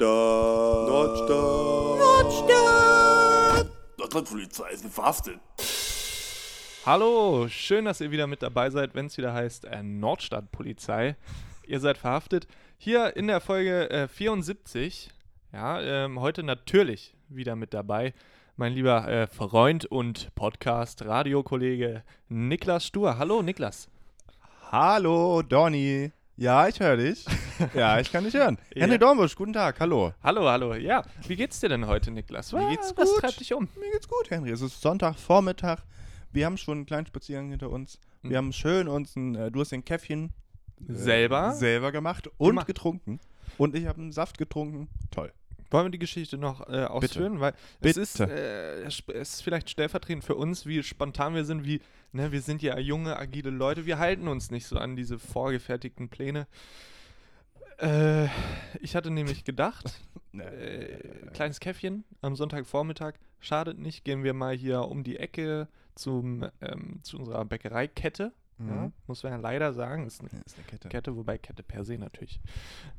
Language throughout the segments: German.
Nordstadt. Nordstadt. Nordstadt. Nordrhein-Polizei ist verhaftet. Hallo, schön, dass ihr wieder mit dabei seid, wenn es wieder heißt äh, Nordstadtpolizei. Ihr seid verhaftet. Hier in der Folge äh, 74. Ja, ähm, heute natürlich wieder mit dabei. Mein lieber äh, Freund und Podcast-Radiokollege Niklas Stur. Hallo, Niklas. Hallo, Donny. Ja, ich höre dich. Ja, ich kann dich hören. Ja. Henry Dornbusch, guten Tag, hallo. Hallo, hallo. Ja, wie geht's dir denn heute, Niklas? Mir geht's Was gut. treibt dich um? Mir geht's gut, Henry. Es ist Sonntagvormittag. Wir haben schon einen kleinen Spaziergang hinter uns. Wir Mhm. haben schön uns ein, äh, du hast den Käffchen äh, Selber? selber gemacht und Gemacht. getrunken. Und ich habe einen Saft getrunken. Toll. Wollen wir die Geschichte noch äh, ausführen? Weil Bitte. es ist, äh, sp- es ist vielleicht stellvertretend für uns, wie spontan wir sind, wie, ne, wir sind ja junge, agile Leute, wir halten uns nicht so an diese vorgefertigten Pläne. Äh, ich hatte nämlich gedacht, äh, kleines Käffchen am Sonntagvormittag, schadet nicht, gehen wir mal hier um die Ecke zum, ähm, zu unserer Bäckereikette. Ja, Mhm. muss man ja leider sagen, ist eine Das ist eine Kette. Kette, wobei Kette per se natürlich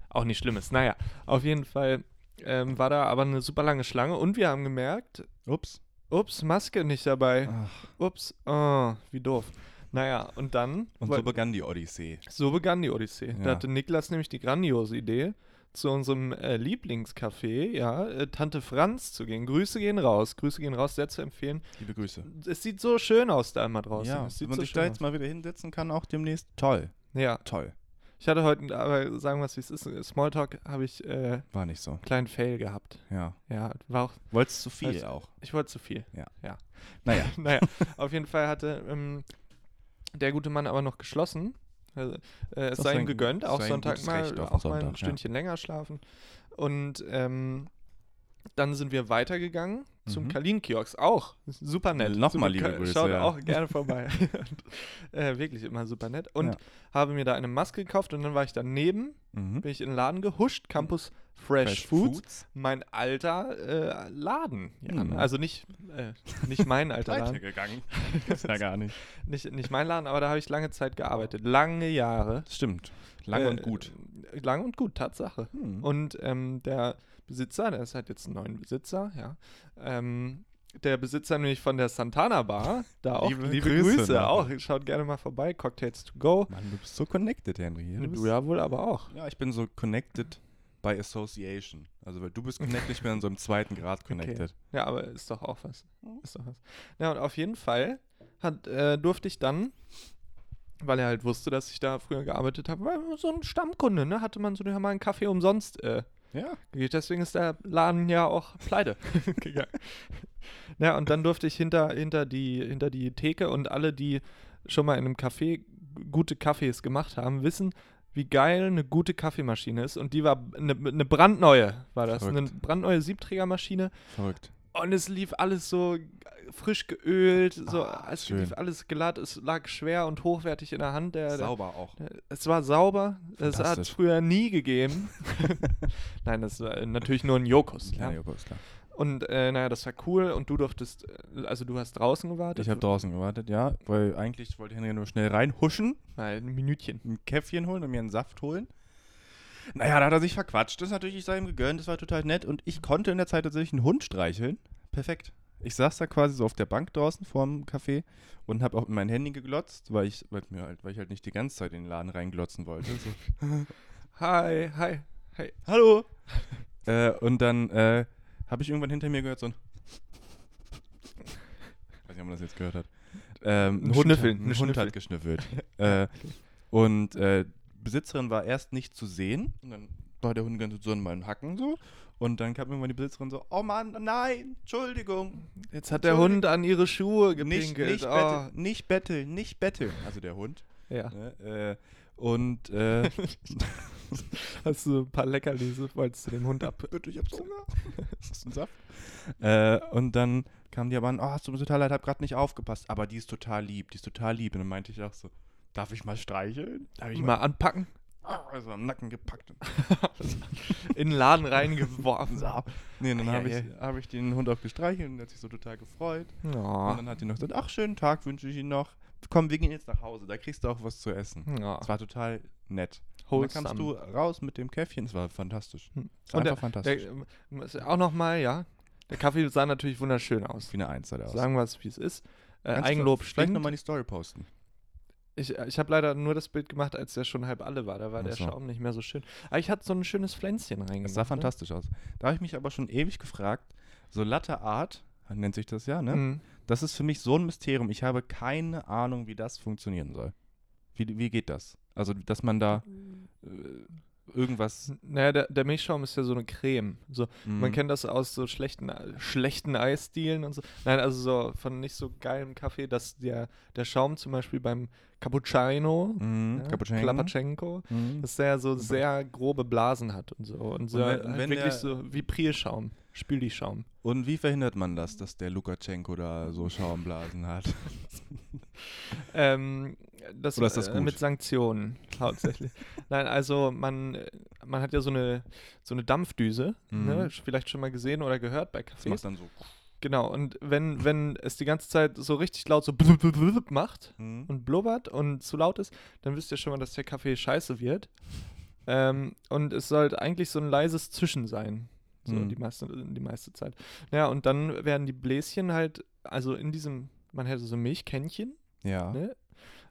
auch nicht schlimm ist. Naja, auf jeden Fall ähm, war da aber eine super lange Schlange und wir haben gemerkt, Ups. ups, Maske nicht dabei. Ach, Ups, oh, wie doof. Naja, und dann, und woll- so begann die Odyssee. so begann die Odyssee. Da Ja. hatte Niklas nämlich die grandiose Idee, zu unserem äh, Lieblingscafé, ja, äh, Tante Franz zu gehen. Grüße gehen raus, Grüße gehen raus, sehr zu empfehlen. Liebe Grüße. Es sieht so schön aus da immer draußen. Ja, es wenn sieht man so sich da schön jetzt mal wieder hinsetzen kann, auch demnächst. Toll, aus. Ja, toll. ich hatte heute, aber sagen wir es, wie es ist, Smalltalk habe ich äh, einen War nicht so. kleinen Fail gehabt. Ja. Ja, war auch, Wolltest zu viel Also- auch. ich wollte zu viel. Ja. ja. Naja. naja, auf jeden Fall hatte ähm, der gute Mann aber noch geschlossen. Also, äh, es Das sei ist ihm ein- gegönnt, das auch ist ein Sonntag gutes mal, Recht auf auch den mal ein Sonntag, ja. Stündchen länger schlafen. Und ähm, dann sind wir weitergegangen zum Mhm. Kalin-Kiosk. Auch super nett. Nochmal super, liebe Grüße, Schaut ja. auch gerne vorbei. äh, wirklich immer super nett. Und Ja. habe mir da eine Maske gekauft und dann war ich daneben, Mhm. bin ich in den Laden gehuscht, Campus Fresh, Foods mein alter äh, Laden. Ja, Hm. ne? Also nicht, äh, nicht mein alter Laden. Weitergegangen. Ist ja gar nicht. Nicht, nicht mein Laden, aber da habe ich lange Zeit gearbeitet. Lange Jahre. Stimmt. Lange Äh, und gut. äh, Lang und gut, Tatsache. Hm. Und ähm, der Besitzer, der ist halt jetzt ein neuen Besitzer, ja. Ähm, der Besitzer nämlich von der Santana Bar, da auch liebe, Liebe Grüße, Grüße, ne? auch. Schaut gerne mal vorbei, Cocktails to go. Mann, du bist so connected, Henry. Du, bist, ja wohl aber auch. Ja, ich bin so connected by association. Also, weil du bist connected, ich bin in so einem zweiten Grad connected. Ja, aber ist doch auch was. Ist doch was. Ja, und auf jeden Fall hat, äh, durfte ich dann, weil er halt wusste, dass ich da früher gearbeitet habe, weil so ein Stammkunde, ne? Hatte man so ja mal einen Kaffee umsonst äh, Ja. gekriegt. Deswegen ist der Laden ja auch pleite gegangen. ja, und dann durfte ich hinter, hinter, die, hinter die Theke und alle, die schon mal in einem Café gute Kaffees gemacht haben, wissen, wie geil eine gute Kaffeemaschine ist. Und die war eine, eine brandneue, war das. Eine Verrückt. brandneue Siebträgermaschine. Verrückt. Und es lief alles so frisch geölt, so es Ah, schön. lief alles glatt, es lag schwer und hochwertig in der Hand. Der, der, Sauber auch. der, es war sauber, es hat es Fantastisch. früher nie gegeben. Nein, das war äh, natürlich nur ein Jokus. Kleiner Ja. Joko ist klar. Und äh, naja, das war cool und du durftest, äh, also du hast draußen gewartet. Ich habe draußen gewartet, ja, weil eigentlich wollte Henry nur schnell reinhuschen, Nein, ein Minütchen. ein Käffchen holen und mir einen Saft holen. Naja, da hat er sich verquatscht. Das ist natürlich, ich sei ihm gegönnt, das war total nett. Und ich konnte in der Zeit tatsächlich einen Hund streicheln. Perfekt. Ich saß da quasi so auf der Bank draußen vorm Café und habe auch in mein Handy geglotzt, weil ich, weil, mir halt, weil ich halt nicht die ganze Zeit in den Laden reinglotzen wollte. So, Hi, hi, hi. Hallo! äh, und dann äh, habe ich irgendwann hinter mir gehört so ein. Ich weiß nicht, ob man das jetzt gehört hat. Ähm, Ein Hund, Schnüffeln, Ein ein Hund hat geschnüffelt. äh, und äh, Besitzerin war erst nicht zu sehen. Und dann war der Hund ganz so in meinen Hacken so. Und dann kam irgendwann die Besitzerin so: Oh Mann, nein, Entschuldigung. Jetzt hat der Hund an ihre Schuhe Nicht, gepinkelt. nicht, oh. betteln, nicht betteln, nicht betteln. Also der Hund. Ja, Ne? Äh, und äh, hast du ein paar Leckerlis, wolltest du dem Hund ab. Bitte, ich hab Hunger. Ist das ein Saft? Äh, und dann kam die aber an, oh, hast du mir total leid, hab grad nicht aufgepasst. Aber die ist total lieb, die ist total lieb. Und dann meinte ich auch so, darf ich mal streicheln? Darf ich mal anpacken? Ah, Also am Nacken gepackt. Und In den Laden reingeworfen. so. Nee, und dann habe ich, Eieiei. hab ich den Hund auch gestreichelt und der hat sich so total gefreut. Ja. Und dann hat die noch gesagt, ach, schönen Tag wünsche ich Ihnen noch. Komm, wir gehen jetzt nach Hause, da kriegst du auch was zu essen. Ja. Es war total nett. Ah. Und wholesome. Hm. dann kamst du raus mit dem Käffchen. Es war fantastisch. Es war Und der, einfach fantastisch. der, ähm, ist auch nochmal, ja. Der Kaffee sah natürlich wunderschön aus. Wie eine Eins sah der aus. Sagen wir es, wie es ist. Äh, Kannst du Eigenlob Vielleicht stinkt. nochmal die Story posten. Ich, äh, ich habe leider nur das Bild gemacht, als der schon halb alle war. Da war Ach der so. Schaum nicht mehr so schön. Aber ich hatte so ein schönes Pflänzchen reingemacht. Es sah ne? fantastisch aus. Da habe ich mich aber schon ewig gefragt, so Latte Art, nennt sich das ja, ne? Mhm. Das ist für mich so ein Mysterium. Ich habe keine Ahnung, wie das funktionieren soll. Wie, wie geht das? Also, dass man da äh, irgendwas. Naja, der, der Milchschaum ist ja so eine Creme. So, Man Mhm. kennt das aus so schlechten, äh, schlechten Eisdielen und so. Nein, also so von nicht so geilem Kaffee, dass der, der Schaum zum Beispiel beim Cappuccino, Mhm. ja, Cappuccino. Klapatschenko, Mhm. dass der so sehr grobe Blasen hat und so. Und, so, wenn- halt wenn wirklich der- so wie Prielschaum, Spülischaum. Und wie verhindert man das, dass der Lukaschenko da so Schaumblasen hat? Ähm, das, Oder ist das äh, gut? mit Sanktionen hauptsächlich. Nein, also man, äh, man hat ja so eine, so eine Dampfdüse, ne? Mhm. vielleicht schon mal gesehen oder gehört bei Das Kaffees. macht dann so. Genau, und wenn, wenn es die ganze Zeit so richtig laut so blub, blub, blub, blub macht Mhm. und blubbert und zu laut ist, dann wisst ihr schon mal, dass der Kaffee scheiße wird. Ähm, und es sollte eigentlich so ein leises Zwischen sein. So Mhm. die, meiste, die meiste Zeit. Ja, und dann werden die Bläschen halt, also in diesem, man hätte so Milchkännchen, Ja. ne?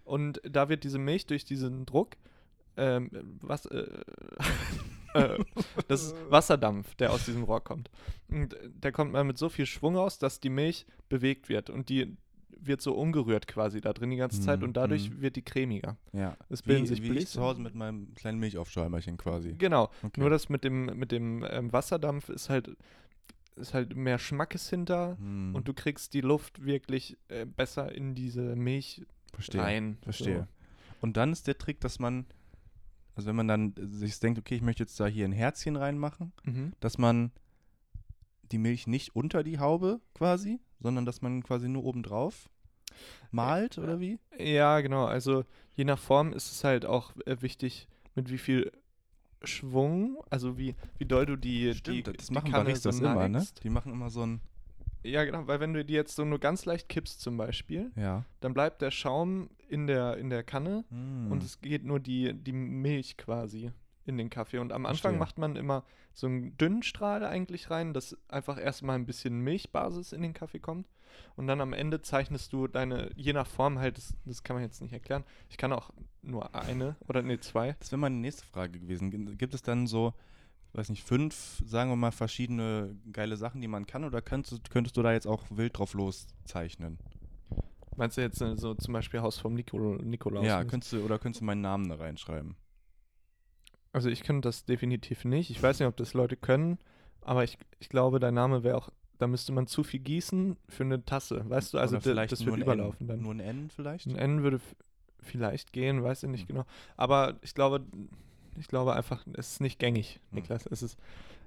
Und da wird diese Milch durch diesen Druck, ähm, was, äh, äh, das ist Wasserdampf, der aus diesem Rohr kommt. Und äh, der kommt mal mit so viel Schwung aus, dass die Milch bewegt wird und die wird so ungerührt quasi da drin die ganze Zeit Mhm, und dadurch mhm. wird die cremiger. ja. Es bilden Wie, sich wie ich Bläschen. zu Hause mit meinem kleinen Milchaufschäumerchen quasi. Genau. Okay. Nur das mit dem, mit dem ähm, Wasserdampf ist halt, ist halt mehr Schmackes hinter Mhm. und du kriegst die Luft wirklich äh, besser in diese Milch Verstehe. rein. Verstehe. Und dann ist der Trick, dass man, also wenn man dann sich denkt, okay, ich möchte jetzt da hier ein Herzchen reinmachen, So. Mhm. dass man die Milch nicht unter die Haube quasi, sondern dass man quasi nur obendrauf malt oder wie? Ja, genau. Also je nach Form ist es halt auch äh, wichtig, mit wie viel Schwung, also wie, wie doll du die, die, das die machen Kanne Baristas so immer, ne? neigst. Die machen immer so ein, Ja, genau, weil wenn du die jetzt so nur ganz leicht kippst zum Beispiel, ja. dann bleibt der Schaum in der, in der Kanne Hm. und Mhm. es geht nur die, die Milch quasi in den Kaffee. Und am Anfang Verstehe. macht man immer so einen dünnen Strahl eigentlich rein, dass einfach erstmal ein bisschen Milchbasis in den Kaffee kommt. Und dann am Ende zeichnest du deine, je nach Form halt, das, das kann man jetzt nicht erklären. Ich kann auch nur eine oder nee, zwei. das wäre meine nächste Frage gewesen. G- Gibt es dann so, weiß nicht, fünf, sagen wir mal, verschiedene geile Sachen, die man kann oder könntest, könntest du da jetzt auch wild drauf loszeichnen? Meinst du jetzt äh, so zum Beispiel Haus vom Nikol Nikolaus? Ja, könntest du, oder könntest du meinen Namen da reinschreiben? Also ich könnte das definitiv nicht. Ich weiß nicht, ob das Leute können, aber ich, ich glaube, dein Name wäre auch, da müsste man zu viel gießen für eine Tasse. Weißt du, also Oder d- vielleicht das nur wird ein N. überlaufen dann. Nur ein N vielleicht? Ein N würde f- vielleicht gehen, weiß ich Mhm. nicht genau. Aber ich glaube, ich glaube einfach, es ist nicht gängig, Hm. Niklas. Es ist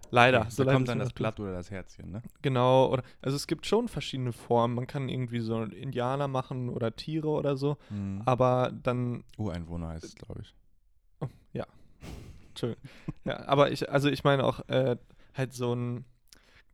leider. Da so leid es kommt dann mir das auch tut. Blatt oder das Herzchen, ne? Genau. Oder, also es gibt schon verschiedene Formen. Man kann irgendwie so einen Indianer machen oder Tiere oder so. Ah, Aber dann, Ureinwohner heißt es, glaube ich. Entschuldigung. ja, aber ich, also ich meine auch äh, halt so ein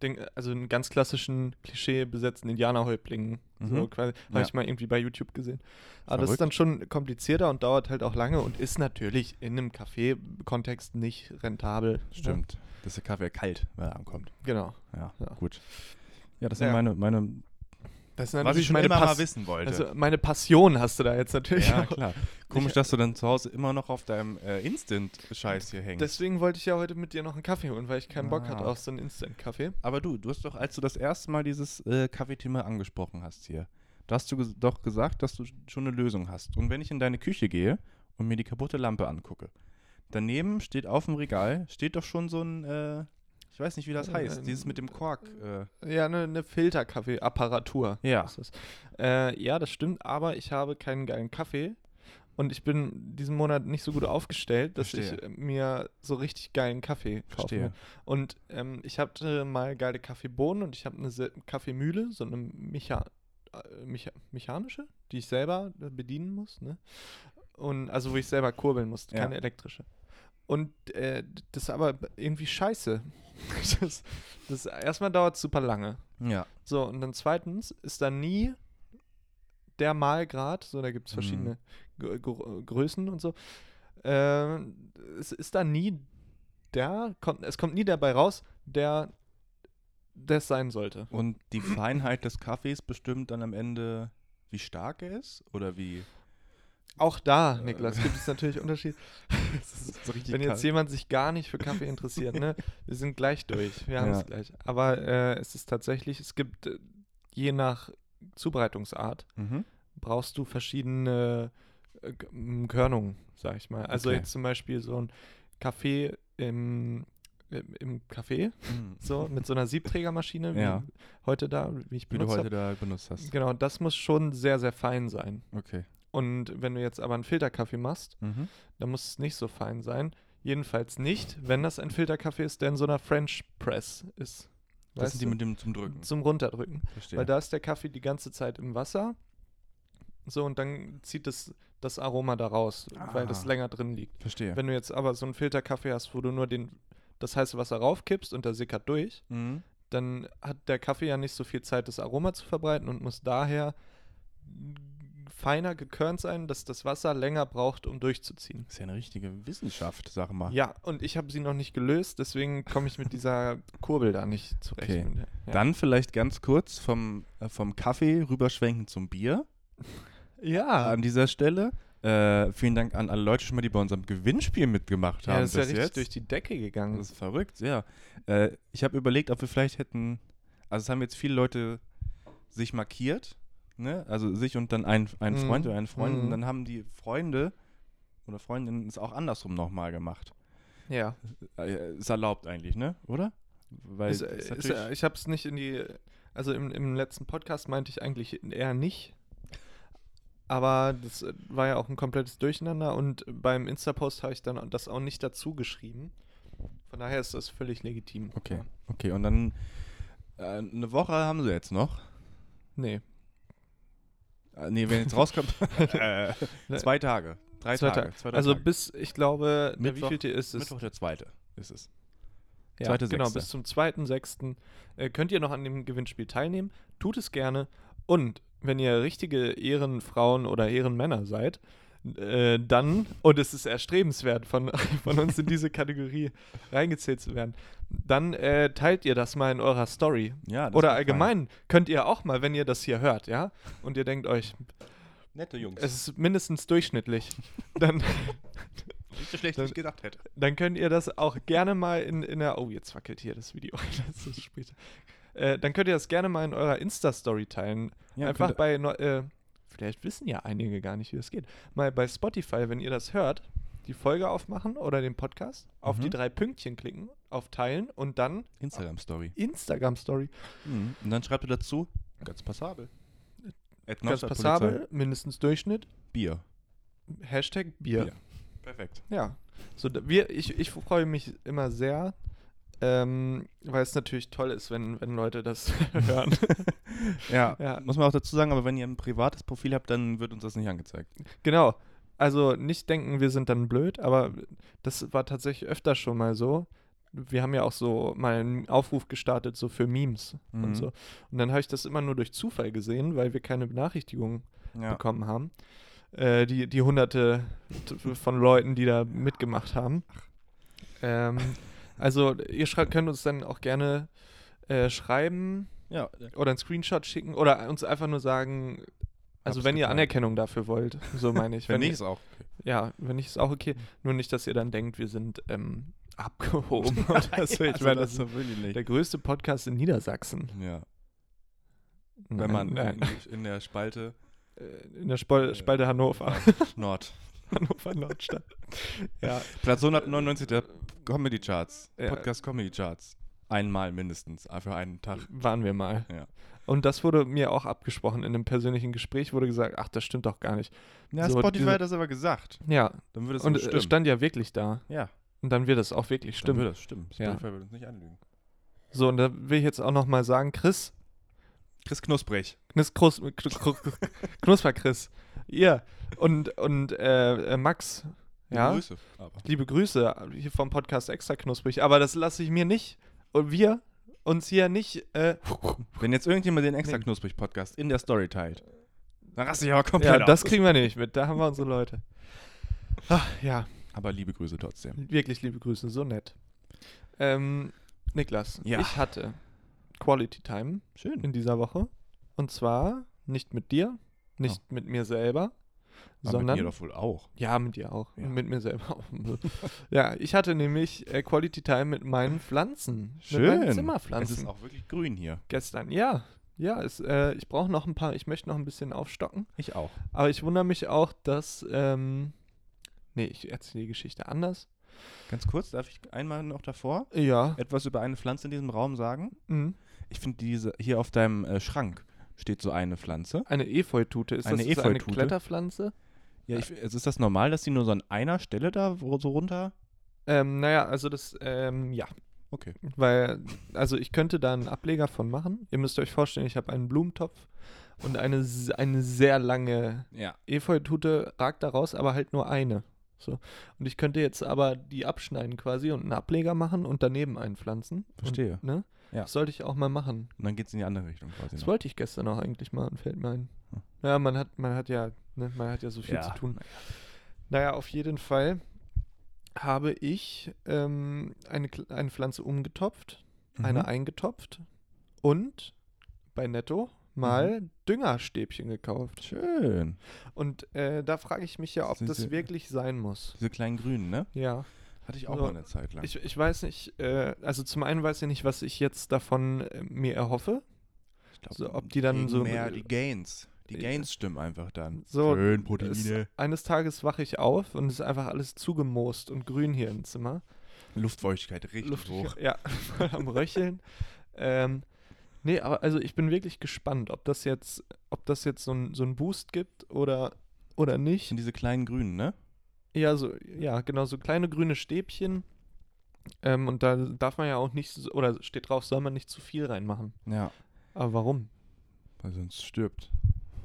Ding, also einen ganz klassischen Klischee besetzten Indianerhäuptling. So Mhm. quasi. Habe Ja. ich mal irgendwie bei YouTube gesehen. Aber das Verrückt. ist dann schon komplizierter und dauert halt auch lange und ist natürlich in einem Café-Kontext nicht rentabel. Stimmt. Dass der Kaffee kalt, wenn er ankommt. Ja, genau. Ja, Ja. gut. Ja, das sind Ja. meine, meine Das ist was ich natürlich schon meine, immer mal Pas wissen wollte. also meine Passion hast du da jetzt natürlich. ja, auch. klar. Komisch, Ich- dass du dann zu Hause immer noch auf deinem äh, Instant-Scheiß hier hängst. Deswegen wollte ich ja heute mit dir noch einen Kaffee holen, weil ich keinen Bock hatte Ah. auf so einen Instant-Kaffee. Aber du, du hast doch, als du das erste Mal dieses äh, Kaffeethema angesprochen hast hier, da hast du ges doch gesagt, dass du schon eine Lösung hast. Und wenn ich in deine Küche gehe und mir die kaputte Lampe angucke, daneben steht auf dem Regal, steht doch schon so ein, äh, ich weiß nicht, wie das Äh, heißt, ein- dieses mit dem Kork. Äh, Ja, ne, eine, eine Filterkaffee-Apparatur. ja. ist das. Äh, ja, das stimmt, aber ich habe keinen geilen Kaffee und ich bin diesen Monat nicht so gut aufgestellt, dass ich äh, Verstehe. mir so richtig geilen Kaffee kaufe. Verstehe. Und ähm, ich hatte mal geile Kaffeebohnen und ich habe eine Se- Kaffeemühle, so eine Mecha äh, Mecha mechanische, die ich selber äh, bedienen muss. Ne? Und also wo ich selber kurbeln muss, Ja. keine elektrische. Und äh, das ist aber irgendwie scheiße. Das, das erstmal dauert super lange. Ja. So, und dann zweitens ist da nie der Malgrad, so da gibt es verschiedene Gr- Gr Größen und so. Äh, es ist da nie der, kommt, es kommt nie dabei raus, der das sein sollte. Und die Feinheit des Kaffees bestimmt dann am Ende, wie stark er ist oder wie. Auch da, Niklas, gibt es natürlich Unterschiede. Wenn jetzt jemand jemand sich gar nicht für Kaffee interessiert, ne? Wir sind gleich durch. Wir haben Ja. es gleich. Aber äh, es ist tatsächlich, es gibt äh, je nach Zubereitungsart mhm. brauchst du verschiedene äh, K- m, Körnungen, sag ich mal. Also Okay. jetzt zum Beispiel so ein Kaffee im, im, im Café, Mhm. so mit so einer Siebträgermaschine, wie Ja. heute da, wie ich wie du benutzt heute habe. da benutzt hast. Genau, das muss schon sehr, sehr fein sein. Okay. Und wenn du jetzt aber einen Filterkaffee machst, Mhm. dann muss es nicht so fein sein. Jedenfalls nicht, wenn das ein Filterkaffee ist, der in so einer French Press ist. Das sind die du? mit dem zum Drücken. zum Runterdrücken. Verstehe. Weil da ist der Kaffee die ganze Zeit im Wasser. So, und dann zieht das, das Aroma da raus, weil das Ah. länger drin liegt. Verstehe. Wenn du jetzt aber so einen Filterkaffee hast, wo du nur den, das heiße Wasser raufkippst und der sickert durch, Mhm. dann hat der Kaffee ja nicht so viel Zeit, das Aroma zu verbreiten und muss daher feiner gekörnt sein, dass das Wasser länger braucht, um durchzuziehen. Ist ja eine richtige Wissenschaft, sag mal. Ja, und ich habe sie noch nicht gelöst, deswegen komme ich mit dieser Kurbel da nicht zurecht. Okay. Mit der- Ja. Dann vielleicht ganz kurz vom, äh, vom Kaffee rüberschwenken zum Bier ja. an dieser Stelle. Äh, vielen Dank an alle Leute schon mal, die bei unserem Gewinnspiel mitgemacht haben. Ja, das ist ja bis richtig jetzt. durch die Decke gegangen. Das ist verrückt, ja. Äh, ich habe überlegt, ob wir vielleicht hätten, also es haben jetzt viele Leute sich markiert, ne? Also sich und dann ein, ein Mhm. Freund oder eine Freundin. Mhm. Und dann haben die Freunde oder Freundinnen es auch andersrum nochmal gemacht. ja. Äh, ist erlaubt eigentlich, ne? Oder? Weil Ist, äh, das ist, natürlich- ich habe es nicht in die. Also im, im letzten Podcast meinte ich eigentlich eher nicht. Aber das äh, war ja auch ein komplettes Durcheinander und beim Insta-Post habe ich dann das auch nicht dazu geschrieben. Von daher ist das völlig legitim. Okay, Ja. okay. Und dann äh, eine Woche haben sie jetzt noch. Nee. Äh, nee, wenn jetzt rauskommt, äh, zwei Tage. Drei Zwei Tage. Tage. Zwei, drei also Tage. bis, ich glaube, der Mittwoch- wievielte ist es? Mittwoch der zweite ist es. Ja, Zweite, genau, sechste. bis zum 2.6. Äh, könnt ihr noch an dem Gewinnspiel teilnehmen. Tut es gerne. Und wenn ihr richtige Ehrenfrauen oder Ehrenmänner seid, äh, dann, und es ist erstrebenswert, von, von uns in diese Kategorie reingezählt zu werden, dann äh, teilt ihr das mal in eurer Story. Ja, Oder das wird fein. allgemein könnt ihr auch mal, wenn ihr das hier hört, ja, und ihr denkt euch, Nette Jungs. es ist mindestens durchschnittlich, dann, Nicht so schlecht, wie wie ich ich gedacht hätte. dann könnt ihr das auch gerne mal in, in der. Oh, jetzt wackelt hier das Video. Das ist später. Äh, dann könnt ihr das gerne mal in eurer Insta-Story teilen. Ja, Einfach könnt- bei. neu- Äh, vielleicht wissen ja einige gar nicht, wie das geht. Mal bei Spotify, wenn ihr das hört, die Folge aufmachen oder den Podcast, auf die Mhm. drei Pünktchen klicken, auf Teilen und dann Instagram-Story. Mhm. Instagram-Story. Und dann schreibt ihr dazu, ganz passabel. At Ganz Nordstadt passabel, Polizei. mindestens Durchschnitt. Bier. Hashtag Bier. Bier. Perfekt. Ja, so da- wir, ich, ich freue mich immer sehr, ähm, weil es natürlich toll ist, wenn, wenn Leute das hören. Ja, Ja. muss man auch dazu sagen, aber wenn ihr ein privates Profil habt, dann wird uns das nicht angezeigt. genau. Also nicht denken, wir sind dann blöd, aber das war tatsächlich öfter schon mal so. Wir haben ja auch so mal einen Aufruf gestartet, so für Memes und Mhm. so. Und dann habe ich das immer nur durch Zufall gesehen, weil wir keine Benachrichtigung Ja. bekommen haben. Äh, die, die hunderte t- von Leuten, die da mitgemacht haben. Ähm, also ihr schrei- könnt uns dann auch gerne äh, schreiben ja. oder einen Screenshot schicken oder uns einfach nur sagen, also Hab's wenn ihr geteilt. Anerkennung dafür wollt, so meine ich. Wenn nicht, also, ihr- ist auch. ja, wenn nicht, ist auch okay. Nur nicht, dass ihr dann denkt, wir sind ähm, abgehoben oder so. Ich meine, das ist so wirklich der größte Podcast in Niedersachsen. Ja. Wenn man Nein, nein. In, in der Spalte Äh, in der Spol Spalte Hannover, Nord. Hannover Nordstadt. ja, Platz 199 der Comedy Charts. Ja. Podcast Comedy Charts. Einmal mindestens. ah, Für einen Tag. waren wir mal. Ja. Und das wurde mir auch abgesprochen. In einem persönlichen Gespräch wurde gesagt, ach, das stimmt doch gar nicht. Ja, So, Spotify diese- hat das aber gesagt. Ja, Dann würde es und äh, auch es stimmen. stand ja wirklich da. ja, Und dann wird es auch wirklich Dann stimmen. würde das stimmen. Ja. Spotify würde uns nicht anlügen. So, und da will ich jetzt auch noch mal sagen, Chris, Chris Knusprig. Knus, Krus, Knus- Knusper Chris, ihr und, und äh, äh, Max, ja, Grüße. Aber. liebe Grüße hier vom Podcast Extra Knusprig, aber das lasse ich mir nicht und wir uns hier nicht, äh, Wenn jetzt irgendjemand den extra knusprig Podcast in der Story teilt, dann raste ich aber komplett ja, das aus. kriegen wir nicht mit, da haben wir unsere Leute. Ach, ja, Aber liebe Grüße trotzdem. Wirklich liebe Grüße, so nett. Ähm, Niklas, Ja. ich hatte Quality Time Schön. in dieser Woche. Und zwar nicht mit dir, nicht mit mir selber, sondern. Oh. mit mir doch wohl auch. Ja, mit dir auch. Ja. Und mit mir selber auch. ja, ich hatte nämlich äh, Quality Time mit meinen Pflanzen. Mit meinen Es Zimmerpflanzen. ist auch wirklich grün hier. Gestern, ja. Ja, es, äh, ich brauche noch ein paar, ich möchte noch ein bisschen aufstocken. Ich auch. Aber ich wundere mich auch, dass. Ähm, nee, ich erzähle die Geschichte anders. Ganz kurz, darf ich einmal noch davor Ja. etwas über eine Pflanze in diesem Raum sagen? Mhm. Ich finde diese hier auf deinem äh, Schrank steht so eine Pflanze. Eine Efeutute. Ist Eine das so eine Efeutute? Kletterpflanze? Ja, ich, also ist das normal, dass die nur so an einer Stelle da wo- so runter? Ähm, naja, also das, ähm, ja. Okay. Weil, also ich könnte da einen Ableger von machen. Ihr müsst euch vorstellen, ich habe einen Blumentopf und eine, s- eine sehr lange Ja. Efeutute ragt daraus, aber halt nur eine. So. Und ich könnte jetzt aber die abschneiden quasi und einen Ableger machen und daneben einpflanzen. Verstehe. Und, ne? Ja. Genau. Das sollte ich auch mal machen. Und dann geht es in die andere Richtung quasi. Das noch. wollte ich gestern auch eigentlich machen, fällt mir ein. Ja, man hat, man hat ja, ne, man hat ja so viel Hm. Ja, zu tun. Naja, auf jeden Fall habe ich ähm, eine, Kl- eine Pflanze umgetopft, Mhm. eine eingetopft und bei Netto mal Mhm. Düngerstäbchen gekauft. Schön. Und äh, da frage ich mich ja, ob Sind das sie- äh, wirklich sein muss. Diese kleinen Grünen, ne? Ja. Hatte ich auch So. mal eine Zeit lang. Ich, ich weiß nicht, äh, also zum einen weiß ich nicht, was ich jetzt davon äh, mir erhoffe. Ich glaub, so, ob die dann kriegen so- mehr die Gains. Die Ja. Gains stimmen einfach dann. So, Schön Es- Proteine. eines Tages wache ich auf und es ist einfach alles zugemoost und grün hier im Zimmer. Luftfeuchtigkeit richtig Luft- hoch. Ja, voll am Röcheln. ähm, nee, aber also ich bin wirklich gespannt, ob das jetzt, ob das jetzt so einen so einen Boost gibt oder, oder nicht. Sind diese kleinen Grünen, ne? Ja, so, ja, genau, so kleine grüne Stäbchen. Ähm, und da darf man ja auch nicht, so- oder steht drauf, soll man nicht zu viel reinmachen. Ja. Aber warum? Weil sonst stirbt.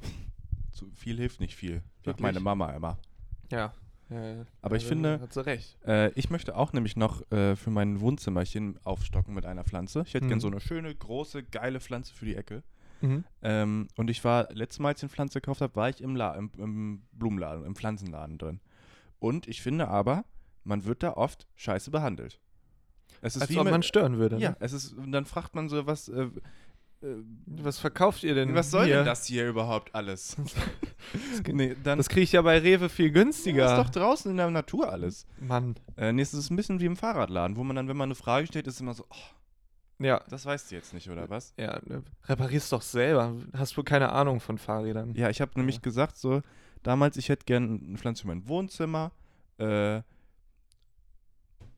Zu viel hilft nicht viel. Sagt Wirklich? meine Mama immer. Ja. Äh, Aber ich also finde- Hat sie recht. Äh, ich möchte auch nämlich noch äh, für mein Wohnzimmerchen aufstocken mit einer Pflanze. Ich hätte Mhm. gern so eine schöne, große, geile Pflanze für die Ecke. Mhm. Ähm, und ich war, letztes Mal, als ich eine Pflanze gekauft habe, war ich im, La im, im Blumenladen, im Pflanzenladen drin. Und ich finde aber, man wird da oft scheiße behandelt. Es ist Als wie ob mit- man stören würde. Ja, Ne? es ist, und dann fragt man so, was, äh, äh, Was verkauft ihr denn? was soll hier? denn das hier überhaupt alles? nee, dann Das kriege ich ja bei Rewe viel günstiger. Ja, ist doch draußen in der Natur alles. Mann. Äh, nee, es ist ein bisschen wie im Fahrradladen, wo man dann, wenn man eine Frage stellt, ist immer so, oh, Ja. das weißt du jetzt nicht, oder was? Ja, ne, reparierst doch selber. Hast wohl keine Ahnung von Fahrrädern. Ja, ich habe nämlich gesagt, so, damals, ich hätte gern eine Pflanze für mein Wohnzimmer, äh,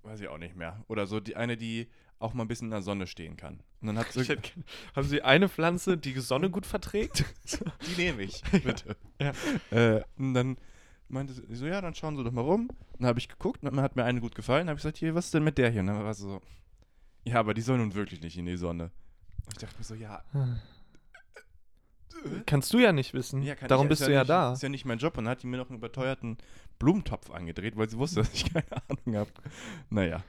weiß ich auch nicht mehr. Oder so, die eine, die auch mal ein bisschen in der Sonne stehen kann. Und dann hat sie, Ich hätte gern- Haben Sie eine Pflanze, die die Sonne gut verträgt? die nehme ich, bitte. Ja. Äh, und dann meinte sie so, ja, dann schauen Sie doch mal rum. Und dann habe ich geguckt und dann hat mir eine gut gefallen. habe ich gesagt, hier, was ist denn mit der hier? Und dann war sie so, ja, aber die soll nun wirklich nicht in die Sonne. Und ich dachte mir so, ja, Kannst du ja nicht wissen. ja kann Hm? Darum ich, bist ist du ja nicht, da. Ist ja nicht mein Job. Und dann hat die mir noch einen überteuerten Blumentopf angedreht, weil sie wusste, dass ich keine Ahnung habe. Naja,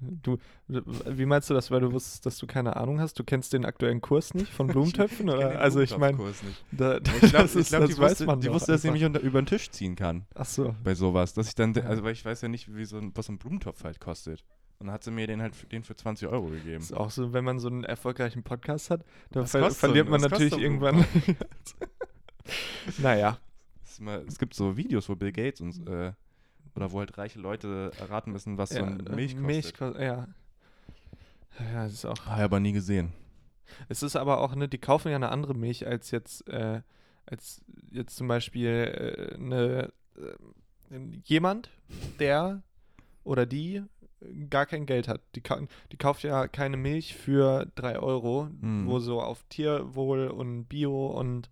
Du, wie meinst du das, weil du wusstest, dass du keine Ahnung hast? Du kennst den aktuellen Kurs nicht von Blumentöpfen? kenn oder? den Also ich meine, Blumentopfkurs nicht. da, Ich glaube, das, ist, glaub, die das weiß wusste, man die doch wusste dass ich einfach. mich unter, über den Tisch ziehen kann. Ach so. bei sowas, dass ich dann, also weil ich weiß ja nicht, wie so ein, was so ein Blumentopf halt kostet. Und dann hat sie mir den halt f- den für 20 Euro gegeben. Ist auch so, wenn man so einen erfolgreichen Podcast hat, dann Was ver kostet so verliert ein- man was kostet natürlich so ein irgendwann. naja. Es, ist immer, es gibt so Videos, wo Bill Gates und äh, oder wo halt reiche Leute erraten müssen, was so ja, ein Milch äh, kostet. Milch kostet, ja. Ja, es ist auch. Habe ich aber nie gesehen. Es ist aber auch, ne, die kaufen ja eine andere Milch als jetzt, äh, als jetzt zum Beispiel äh, eine, äh, jemand, der oder die äh, gar kein Geld hat. Die, ka die kauft ja keine Milch für 3 Euro, Mhm. wo so auf Tierwohl und Bio und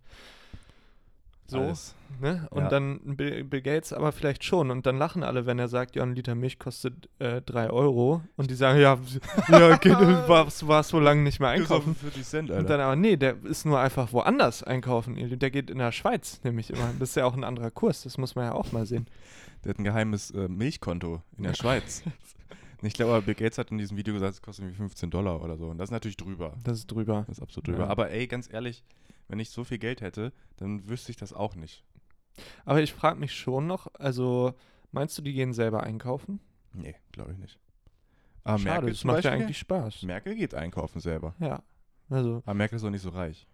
so. Alles. Ne? Und Ja. dann Bill, Bill Gates aber vielleicht schon. Und dann lachen alle, wenn er sagt, ja, ein Liter Milch kostet äh, 3 Euro. Und die sagen, ja, ja okay, du warst, warst wohl lange nicht mehr einkaufen. Einkaufen 40 Cent, Und Alter. dann aber, nee, der ist nur einfach woanders einkaufen. ihr Lieben. Der geht in der Schweiz nämlich immer. Das ist ja auch ein anderer Kurs, das muss man ja auch mal sehen. Der hat ein geheimes äh, Milchkonto in der Schweiz. Und ich glaube, aber Bill Gates hat in diesem Video gesagt, es kostet irgendwie 15 Dollar oder so. Und das ist natürlich drüber. Das ist drüber. Das ist absolut drüber. Ja. Aber ey, ganz ehrlich, wenn ich so viel Geld hätte, dann wüsste ich das auch nicht. Aber ich frage mich schon noch, also Meinst du, die gehen selber einkaufen? Nee, glaube ich nicht. Aber Schade, Ah, Merkel das zum macht ja Beispiel- eigentlich Spaß. Merkel geht einkaufen selber. Ja. Also, Aber Merkel ist auch nicht so reich.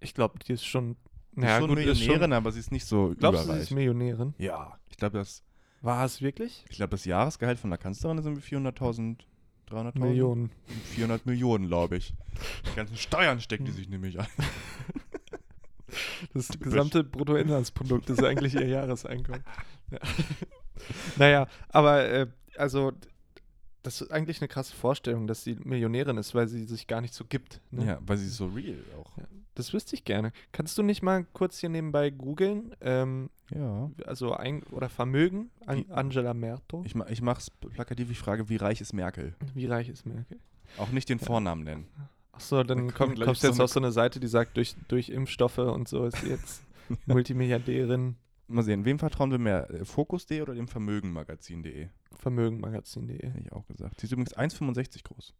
ich glaube, die ist schon. Sie Naja, ist schon gut, ist Millionärin, schon. aber sie ist nicht so Glaubst du, sie überreich. ist Millionärin? ja, ich glaube, das, War es wirklich? ich glaub, das Jahresgehalt von der Kanzlerin sind 400.000, 300.000? Millionen. 400 Millionen, glaube ich. Die ganzen Steuern steckt die Hm. sich nämlich ein. Das gesamte Bruttoinlandsprodukt ist eigentlich ihr Jahreseinkommen. Ja. naja, aber äh, also das ist eigentlich eine krasse Vorstellung, dass sie Millionärin ist, weil sie sich gar nicht so gibt. Ne? Ja, weil sie ist so real auch. Das wüsste ich gerne. Kannst du nicht mal kurz hier nebenbei googeln? Ähm, Ja. also ein oder Vermögen, an Die- Angela Merto. Ich, ma- ich mach's plakativ, ich frage, wie reich ist Merkel? Wie reich ist Merkel? Auch nicht den Vornamen nennen. Achso, dann kommt kommt, gleich kommst so jetzt eine- auf so eine Seite, die sagt, durch, durch Impfstoffe und so ist sie jetzt Multimilliardärin, Mal sehen, wem vertrauen wir mehr? äh, Fokus.de oder dem Vermögenmagazin.de? Vermögenmagazin.de. Hätte ich auch gesagt. Sie ist übrigens 1,65 groß.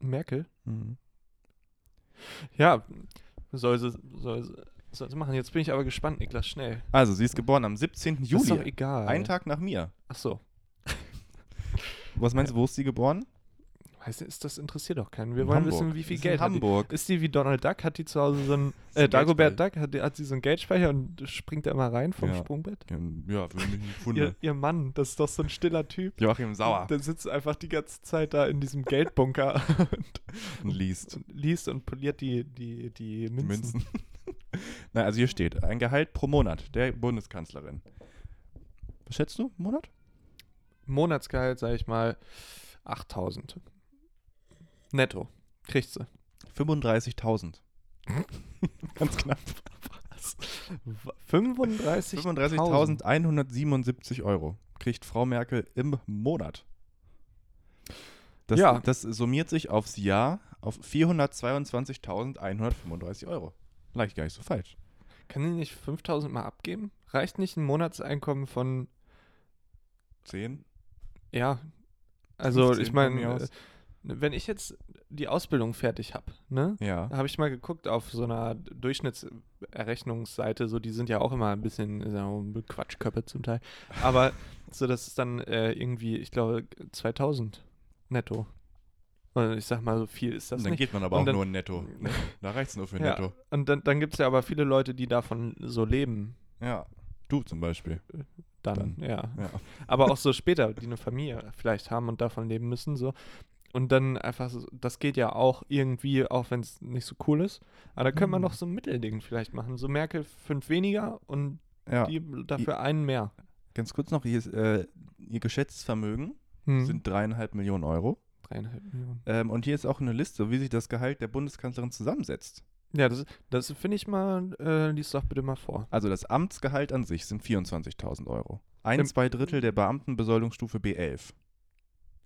Merkel? Mhm. Ja, soll sie, soll sie, soll sie machen. Jetzt bin ich aber gespannt, Niklas, schnell. Also, sie ist geboren am 17. Ist doch Juli. egal. Einen Tag nach mir. Ach so. Was meinst du, wo ist sie geboren? Weißt du, ist das interessiert doch keinen. Wir In wollen Hamburg. wissen, wie viel Ist in Geld hat die. Hamburg. Ist die wie Donald Duck? Hat die zu Hause so einen, Ist äh, ein Dagobert Duck, hat, die- hat sie so einen Geldspeicher und springt da immer rein vom Ja. Sprungbett? Ja, für mich nicht Ihr, gefunden. ihr Mann, das ist doch so ein stiller Typ. Joachim Sauer. Der sitzt einfach die ganze Zeit da in diesem Geldbunker und, Und liest. und liest und poliert die, die, die Münzen. Münzen. Na, also hier steht, ein Gehalt pro Monat der Bundeskanzlerin. Was schätzt du? Monat? Monatsgehalt, sage ich mal, 8000. Netto. Kriegt sie. 35.000. Ganz knapp. 35.000. 35.177 Euro kriegt Frau Merkel im Monat. Das, Ja. das summiert sich aufs Jahr auf 422.135 Euro. Leicht gar nicht so falsch. Kann die nicht 5000 mal abgeben? Reicht nicht ein Monatseinkommen von, 10? ja, also 15 ich von mir meine, äh, aus. wenn ich jetzt die Ausbildung fertig habe, ne? Ja. Da habe ich mal geguckt auf so einer Durchschnittserrechnungsseite, so die sind ja auch immer ein bisschen sagen wir, Quatschköppe zum Teil. Aber so, das ist dann äh, irgendwie, ich glaube, 2000 netto. Und ich sag mal, so viel ist das Und dann nicht. geht man aber Und auch dann- nur netto. Ne? Da reicht es nur für Ja. netto. Und dann, dann gibt es ja aber viele Leute, die davon so leben. Ja. Du zum Beispiel. Dann, ja. Ja. Aber auch so später, die eine Familie vielleicht haben und davon leben müssen, so. Und dann einfach, so, das geht ja auch irgendwie, auch wenn es nicht so cool ist. Aber da könnte man Hm. noch so ein Mittelding vielleicht machen. So Merkel fünf weniger und ja. die dafür einen mehr. Ganz kurz noch, ihr, äh, ihr geschätztes Vermögen Hm. sind dreieinhalb Millionen Euro. dreieinhalb Millionen. Ähm, und hier ist auch eine Liste, wie sich das Gehalt der Bundeskanzlerin zusammensetzt. Ja, das, das finde ich mal, äh, lies doch bitte mal vor. Also das Amtsgehalt an sich sind 24.000 Euro. Ein, Im- zwei Drittel der Beamtenbesoldungsstufe B11. Ist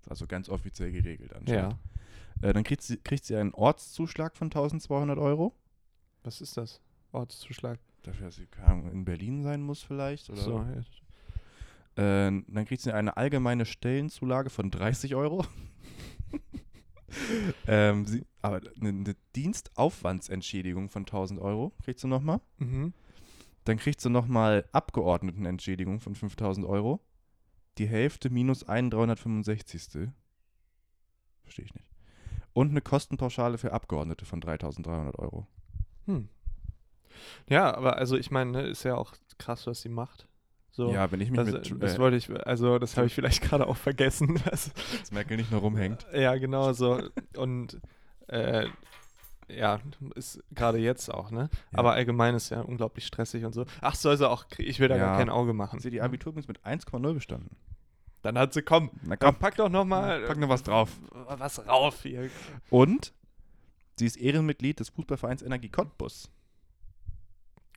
Also ganz offiziell geregelt anscheinend. Ja. Äh, dann kriegt sie, kriegt sie einen Ortszuschlag von 1.200 Euro. Was ist das? Ortszuschlag. Dafür, dass sie keine Ahnung, in Berlin sein muss vielleicht. Oder? So, ja. Äh, dann kriegt sie eine allgemeine Stellenzulage von 30 Euro. ähm, sie, aber eine, eine Dienstaufwandsentschädigung von 1.000 Euro kriegt sie nochmal. mhm. Dann kriegst du nochmal Abgeordnetenentschädigung von 5000 Euro. Die Hälfte minus 1 365. Verstehe ich nicht. Und eine Kostenpauschale für Abgeordnete von 3300 Euro. Hm. Ja, aber also ich meine, ne, ist ja auch krass, was sie macht. So. ja, wenn ich mich Das, mit das äh, wollte ich, also das habe ich vielleicht gerade auch vergessen. dass- dass Merkel nicht nur rumhängt. ja, genau so. Und äh, ja, ist gerade jetzt auch, ne? Ja. Aber allgemein ist ja unglaublich stressig und so. Ach, soll sie auch, krie- ich will da Ja. gar kein Auge machen. Haben Sie die Abitur übrigens mit 1,0 bestanden? Dann hat sie, komm, Na dann pack doch nochmal pack noch was drauf. was rauf hier. Und sie ist Ehrenmitglied des Fußballvereins Energie Cottbus.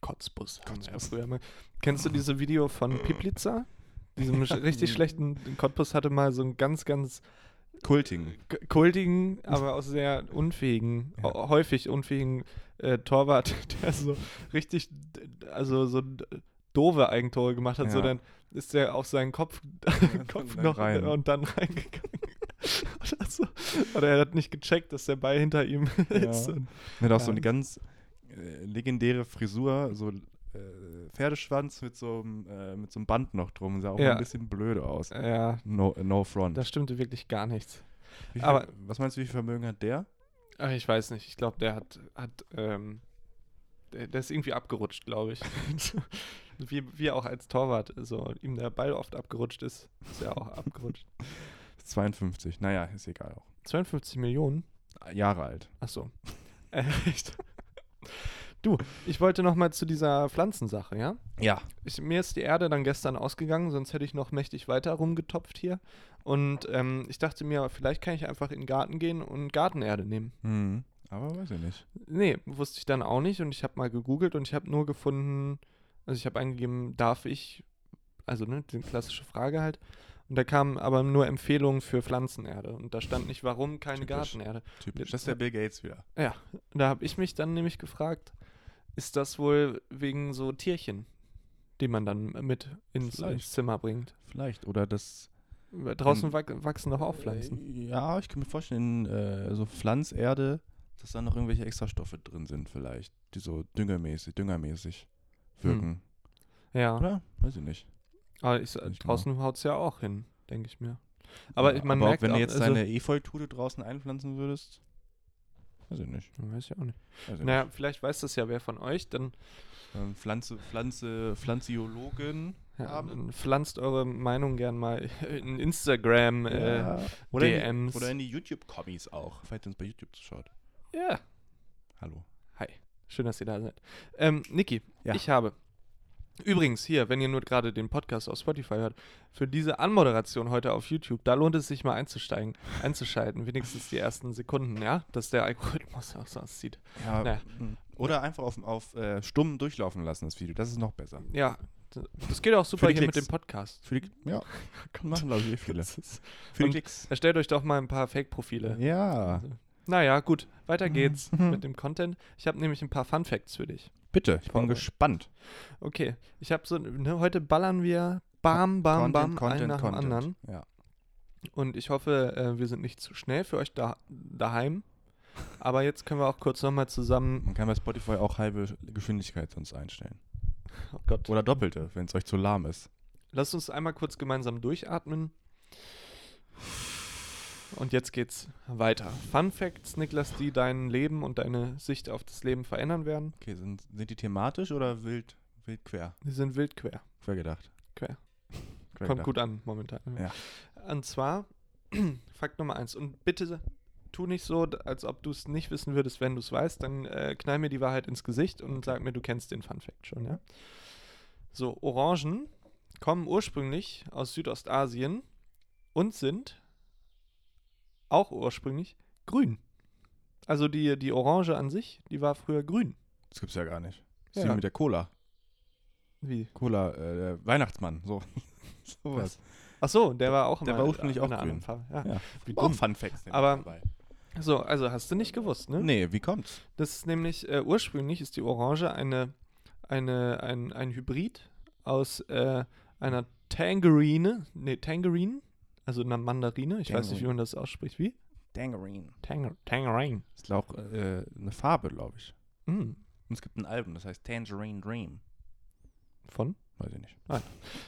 Kotzbus. haben wir ja früher mal. Kennst du diese Video von Piplitzer? Diesem sch- richtig schlechten Cottbus hatte mal so einen ganz, ganz Kulting. k- kultigen, aber auch sehr unfähigen, Ja. au- häufig unfähigen äh, Torwart, der so richtig, d- d- also so d- doofe Eigentore gemacht hat. So Ja. dann ist der auf seinen Kopf, Kopf und dann noch rein. und dann reingegangen. Oder, so. Oder er hat nicht gecheckt, dass der Ball hinter ihm Ja. ist. Und Er hat auch Ja. so eine ganz äh, legendäre Frisur, so äh, Pferdeschwanz mit so einem äh, mit so einem Band noch drum. Sah auch Ja. ein bisschen blöde aus. Ja, No, no front. da stimmte wirklich gar nichts. Wie viel, aber- was meinst du, wie viel Vermögen hat der? Ach, ich weiß nicht. Ich glaube, der hat, hat ähm, der, der ist irgendwie abgerutscht, glaube ich. wie, wie auch als Torwart. So, ihm der Ball oft abgerutscht ist, ist er auch abgerutscht. 52. Naja, ist egal auch. 52 Millionen? Jahre alt. Ach so. Echt? Du, ich wollte noch mal zu dieser Pflanzensache, ja? Ja. Ich, mir ist die Erde dann gestern ausgegangen, sonst hätte ich noch mächtig weiter rumgetopft hier. Und ähm, ich dachte mir, vielleicht kann ich einfach in den Garten gehen und Gartenerde nehmen. Mhm. Aber weiß ich nicht. Nee, wusste ich dann auch nicht. Und ich habe mal gegoogelt und ich habe nur gefunden, also ich habe eingegeben, darf ich, also ne, die klassische Frage halt. Und da kamen aber nur Empfehlungen für Pflanzenerde. Und da stand nicht, warum keine Typisch. Gartenerde. Typisch. Das ist der Bill Gates wieder. Ja, und da habe ich mich dann nämlich gefragt, ist das wohl wegen so Tierchen, die man dann mit ins, Vielleicht. ins Zimmer bringt? Vielleicht. Oder das. Weil Draußen Ähm, wach- wachsen doch auch Pflanzen. Äh, ja, ich kann mir vorstellen, äh, so Pflanzerde, dass da noch irgendwelche Extrastoffe drin sind, vielleicht. Die so düngermäßig, düngermäßig wirken. Ja, Oder? Weiß ich nicht. aber ich, Nicht draußen haut es ja auch hin, denke ich mir. Aber Ja, man auch, merkt wenn auch, du jetzt also, deine Efeutute draußen einpflanzen würdest. Weiß ich nicht. Weiß ich auch nicht. Weiß ich Naja, vielleicht weiß das ja wer von euch, dann nicht. Ähm, Pflanze, Pflanze, Pflanziologen. ja, Abend. dann pflanzt eure Meinung gern mal in Instagram äh, Ja. Oder in die- DMs. Oder in die YouTube-Kommis auch, falls ihr uns bei YouTube zuschaut. ja, Hallo. Hi, schön, dass ihr da seid. Ähm, Niki, Ja. ich habe. Übrigens, hier, wenn ihr nur gerade den Podcast auf Spotify hört, für diese Anmoderation heute auf YouTube, da lohnt es sich mal einzusteigen, einzuschalten, wenigstens die ersten Sekunden, ja, dass der Algorithmus auch so aussieht. Ja, Naja. m- Oder einfach auf, auf äh, stumm durchlaufen lassen, das Video. Das ist noch besser. Ja, d- das geht auch super die hier mit Klicks. dem Podcast. Für die, ja, machen glaube ich eh viele. Das ist- Für Und- die Klicks. Erstellt euch doch mal ein paar Fake-Profile. Ja, Naja, gut, weiter geht's mit dem Content. Ich habe nämlich ein paar Fun-Facts für dich. bitte. Ich bin Vorbereitet. gespannt. Okay, ich habe so, ne, heute ballern wir bam, bam, bam, einen nach dem anderen. Ja. Und ich hoffe, äh, wir sind nicht zu schnell für euch da, daheim. Aber jetzt können wir auch kurz nochmal zusammen. Man kann bei Spotify auch halbe Geschwindigkeit sonst einstellen. Oh Gott. Oder doppelte, wenn es euch zu lahm ist. Lasst uns einmal kurz gemeinsam durchatmen. Und jetzt geht's weiter. Fun Facts, Niklas, die dein Leben und deine Sicht auf das Leben verändern werden. Okay, sind, sind die thematisch oder wild, wild quer? Die sind wild quer. Quer gedacht. Quer. Quer Kommt gedacht. gut an momentan. Ja. Und zwar, Fakt Nummer eins. Und bitte tu nicht so, als ob du es nicht wissen würdest, wenn du es weißt. Dann äh, knall mir die Wahrheit ins Gesicht und sag mir, du kennst den Fun Fact schon, ja? So, Orangen kommen ursprünglich aus Südostasien und sind auch ursprünglich grün. Also die, die Orange an sich, die war früher grün. Das gibt's ja gar nicht. Das Ja. ist wie mit der Cola. Wie? Cola, äh, der Weihnachtsmann, so. Sowas. Ach so, der war auch Der immer war ursprünglich in auch einer grün. anderen Farbe. Ja. Ja. Wie Auch dumm. Fun Facts. nämlich Aber- dabei. So, also hast du nicht gewusst, ne? Nee, wie kommt's? Das ist nämlich, äh, ursprünglich ist die Orange eine, eine, ein, ein Hybrid aus äh, einer Tangerine, nee, Tangerine, also einer Mandarine, ich weiß nicht, wie Tangerine. man das ausspricht, wie? Dangerine. Tanger, Tangerine. Ist auch äh, eine Farbe, glaube ich. Mm, Und es gibt ein Album, das heißt Tangerine Dream. von? Weiß ich nicht.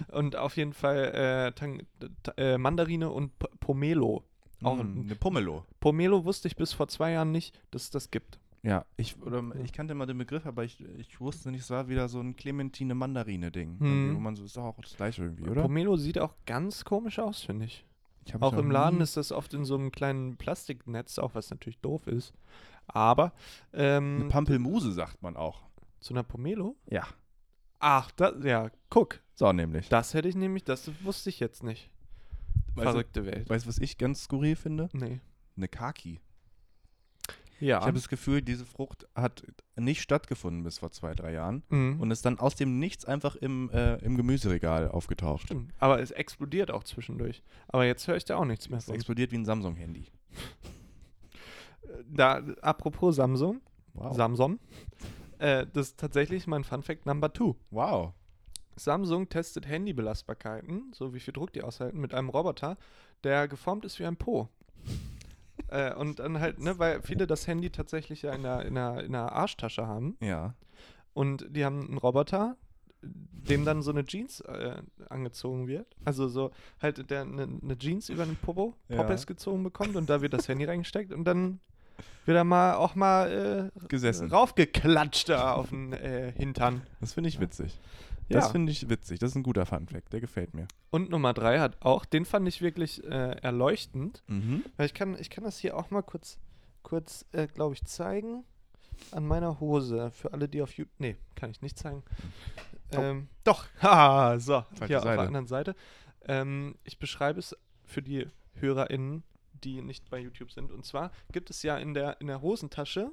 Und auf jeden Fall äh, Tang, t, äh, Mandarine und P Pomelo. Auch Mm, ein- eine Pomelo. Pomelo wusste ich bis vor zwei Jahren nicht, dass es das gibt. Ja, ich, oder, ich kannte mal den Begriff, aber ich, ich wusste nicht, es war wieder so ein Clementine-Mandarine-Ding. Hm. irgendwie, Wo man so, ist doch auch das gleiche irgendwie, oder? Pomelo sieht auch ganz komisch aus, finde ich. Ich hab mich Auch noch im Laden nie- ist das oft in so einem kleinen Plastiknetz, auch was natürlich doof ist. Aber ähm, Eine Pampelmuse sagt man auch. zu einer Pomelo? Ja. Ach, da, ja, guck. So, nämlich. Das hätte ich nämlich, das wusste ich jetzt nicht. Weißt Verrückte du, Welt. weißt, du, was ich ganz skurril finde? Nee. Eine Kaki. Ich Ja. habe das Gefühl, diese Frucht hat nicht stattgefunden bis vor zwei, drei Jahren Mhm. und ist dann aus dem Nichts einfach im, äh, im Gemüseregal aufgetaucht. Stimmt. Aber es explodiert auch zwischendurch. Aber jetzt höre ich da auch nichts mehr Es von. explodiert wie ein Samsung-Handy. Da, apropos Samsung, Wow. Samsung, äh, das ist tatsächlich mein Fun Fact Number 2. wow. Samsung testet Handybelastbarkeiten, so wie viel Druck die aushalten, mit einem Roboter, der geformt ist wie ein Po. äh, und dann halt, ne, weil viele das Handy tatsächlich ja in der, in der, in der Arschtasche haben. Ja. Und die haben einen Roboter, dem dann so eine Jeans äh, angezogen wird. Also so halt der eine eine Jeans über den Popo, Ja. Popes gezogen bekommt und da wird das Handy reingesteckt und dann wird er mal auch mal äh, Gesessen. raufgeklatscht da auf den äh, Hintern. Das finde ich witzig. Ja. Das finde ich witzig. Das ist ein guter Funfact. Der gefällt mir. und Nummer drei hat auch, den fand ich wirklich äh, erleuchtend. Mhm. Weil ich kann, ich kann das hier auch mal kurz, kurz äh, glaube ich, zeigen. An meiner Hose. Für alle, die auf YouTube. Nee, kann ich nicht zeigen. Ähm, Doch. Ha, so. Falsche hier auf Seite. der anderen Seite. Ähm, ich beschreibe es für die HörerInnen, die nicht bei YouTube sind. Und zwar gibt es ja in der, in der Hosentasche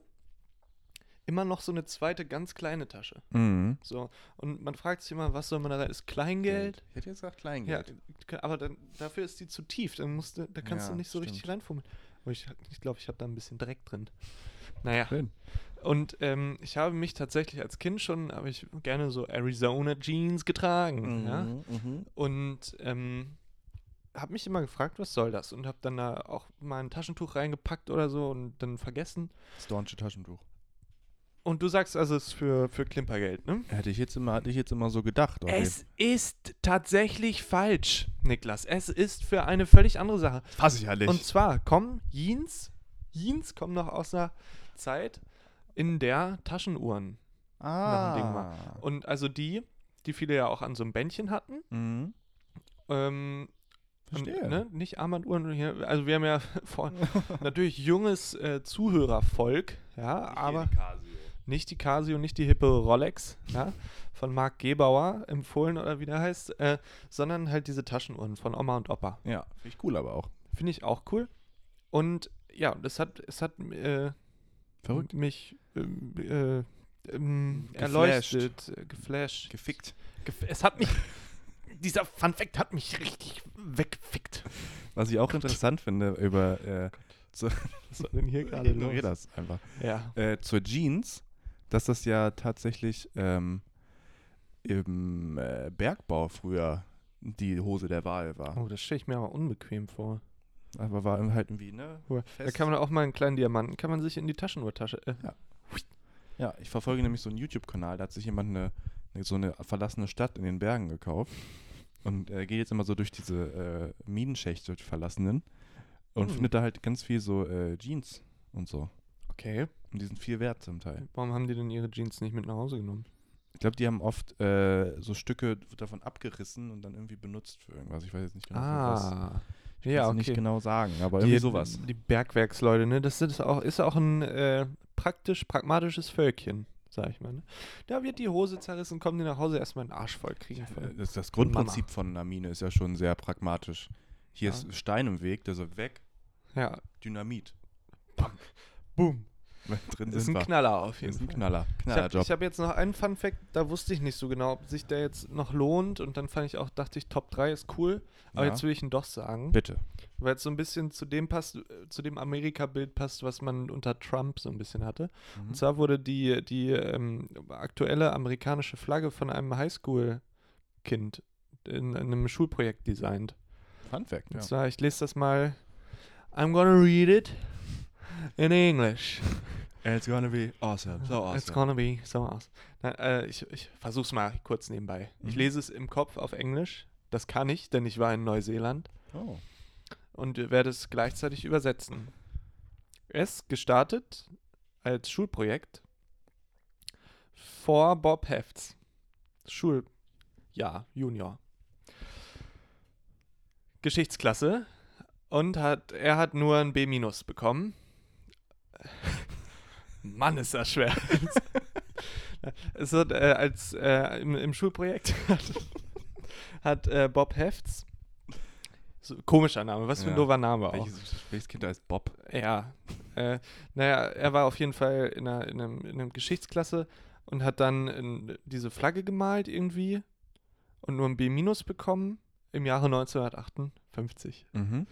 immer noch so eine zweite, ganz kleine Tasche. Mhm. So. Und man fragt sich immer, was soll man da rein? Ist Kleingeld? Ich hätte jetzt gesagt Ja, äh, Kleingeld. k- aber dann, dafür ist die zu tief. Dann musst du, da kannst Ja, du nicht so richtig stimmt. reinfummeln. Aber ich glaube, ich, glaub, ich habe da ein bisschen Dreck drin. Naja. Schön. Und ähm, ich habe mich tatsächlich als Kind schon, habe ich gerne so Arizona Jeans Mhm. getragen. Ja? Und ähm, habe mich immer gefragt, was soll das? Und habe dann da auch mal ein Taschentuch reingepackt oder so und dann vergessen. Das Dornsche Taschentuch. Und du sagst also, es ist für, für Klimpergeld, ne? Hätte ich jetzt immer, hatte ich jetzt immer so gedacht. auf jeden Es ist tatsächlich falsch, Niklas. Es ist für eine völlig andere Sache. Fall. fasse ich ja nicht. Und zwar kommen Jeans, Jeans kommen noch aus einer Zeit, in der Taschenuhren Ah. noch ein Ding war. Und also die, die viele ja auch an so einem Bändchen hatten. Mhm. Ähm, und, Verstehe. ne, nicht Armbanduhren. hier- Also wir haben ja vor, natürlich junges äh, Zuhörervolk, ja, aber nicht die Casio, nicht die hippe Rolex, ja, von Marc Gebauer empfohlen oder wie der heißt, äh, sondern halt diese Taschenuhren von Oma und Opa. Ja, finde ich cool, aber auch. Finde ich auch cool. Und ja, das hat, es hat äh, Verrückt. mich ähm, äh, ähm, Geflasht. erleuchtet, äh, geflasht. Mhm. Gefickt. Gef es hat mich, dieser Fun Fact hat mich richtig weggefickt. Was ich auch interessant finde über. Äh, zur, Was war denn hier gerade ignorier los? das einfach. Ja. Äh, zur Jeans, dass das ja tatsächlich ähm, im äh, Bergbau früher die Hose der Wahl war. Oh, das stelle ich mir aber unbequem vor. Aber war halt irgendwie, ne? Guck mal, Da Fest. kann man auch mal einen kleinen Diamanten, kann man sich in die Taschenuhrtasche. Äh, Ja, ich verfolge nämlich so einen YouTube-Kanal, da hat sich jemand eine, eine, so eine verlassene Stadt in den Bergen gekauft und äh, geht jetzt immer so durch diese äh, Minenschächte, die verlassenen und Hm. findet da halt ganz viel so äh, Jeans und so. okay. Und die sind viel wert zum Teil. Warum haben die denn ihre Jeans nicht mit nach Hause genommen? Ich glaube, die haben oft äh, so Stücke davon abgerissen und dann irgendwie benutzt für irgendwas. Ich weiß jetzt nicht genau, für was. ah. Ich Ja, kann's okay. nicht genau sagen, aber irgendwie die, sowas. Die Bergwerksleute, ne? Das ist auch, ist auch ein äh, praktisch, pragmatisches Völkchen, sag ich mal. Ne? Da wird die Hose zerrissen, kommen die nach Hause erstmal einen Arsch voll kriegen. Äh, Voll. Das, das Grundprinzip von einer Mine ist ja schon sehr pragmatisch. Hier Ja. ist Stein im Weg, der soll weg, Ja, Dynamit. boom. Wenn Drin Ist sind ein wir. Knaller auf jeden ist ein Fall. Knaller. Ich habe Knallerjob. hab jetzt noch einen Fun Fact, da wusste ich nicht so genau, ob sich der jetzt noch lohnt und dann fand ich auch, dachte ich, Top 3 ist cool, aber Ja. jetzt will ich ihn doch sagen, Bitte. weil es so ein bisschen zu dem passt, äh, zu dem Amerika-Bild passt, was man unter Trump so ein bisschen hatte. Mhm. Und zwar wurde die, die ähm, aktuelle amerikanische Flagge von einem Highschool-Kind in, einem Schulprojekt designt. Fun Fact, Und ja. zwar, ich lese das mal. I'm gonna read it in English. It's gonna be awesome. So It's gonna be so awesome. Na, äh, ich ich versuche es mal kurz nebenbei. Ich Mhm. lese es im Kopf auf Englisch. Das kann ich, denn ich war in Neuseeland Oh. und werde es gleichzeitig übersetzen. Es gestartet als Schulprojekt vor Bob Hefts. Schuljahr, Junior. Geschichtsklasse. Und hat, er hat nur ein B- bekommen. Mann, ist das schwer. es wird äh, als äh, im, im Schulprojekt hat, hat äh, Bob Hefts. So, komischer Name, was für ein Ja. doofer Name auch. Welches, welches Kind heißt Bob? Ja. Äh, naja, er war auf jeden Fall in einer, in einem, in einem Geschichtsklasse und hat dann in, diese Flagge gemalt irgendwie und nur ein B- bekommen im Jahre 1958. Mhm.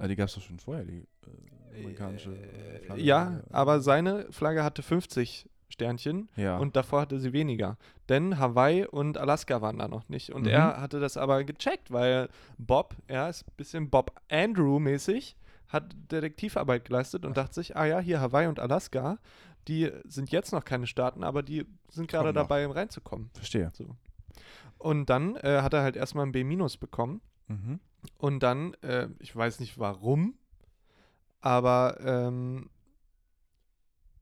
Ah, die gab es doch schon vorher, die äh, amerikanische äh, Flagge. Ja, aber seine Flagge hatte 50 Sternchen Ja. und davor hatte sie weniger. Denn Hawaii und Alaska waren da noch nicht. Und Mhm. er hatte das aber gecheckt, weil Bob, er ist ein bisschen Bob Andrew mäßig, hat Detektivarbeit geleistet und dachte sich, ah ja, hier Hawaii und Alaska, die sind jetzt noch keine Staaten, aber die sind gerade Kommen noch. dabei, um reinzukommen. Verstehe. Und dann äh, hat er halt erstmal ein B- bekommen. Mhm. Und dann, äh, ich weiß nicht warum, aber ähm,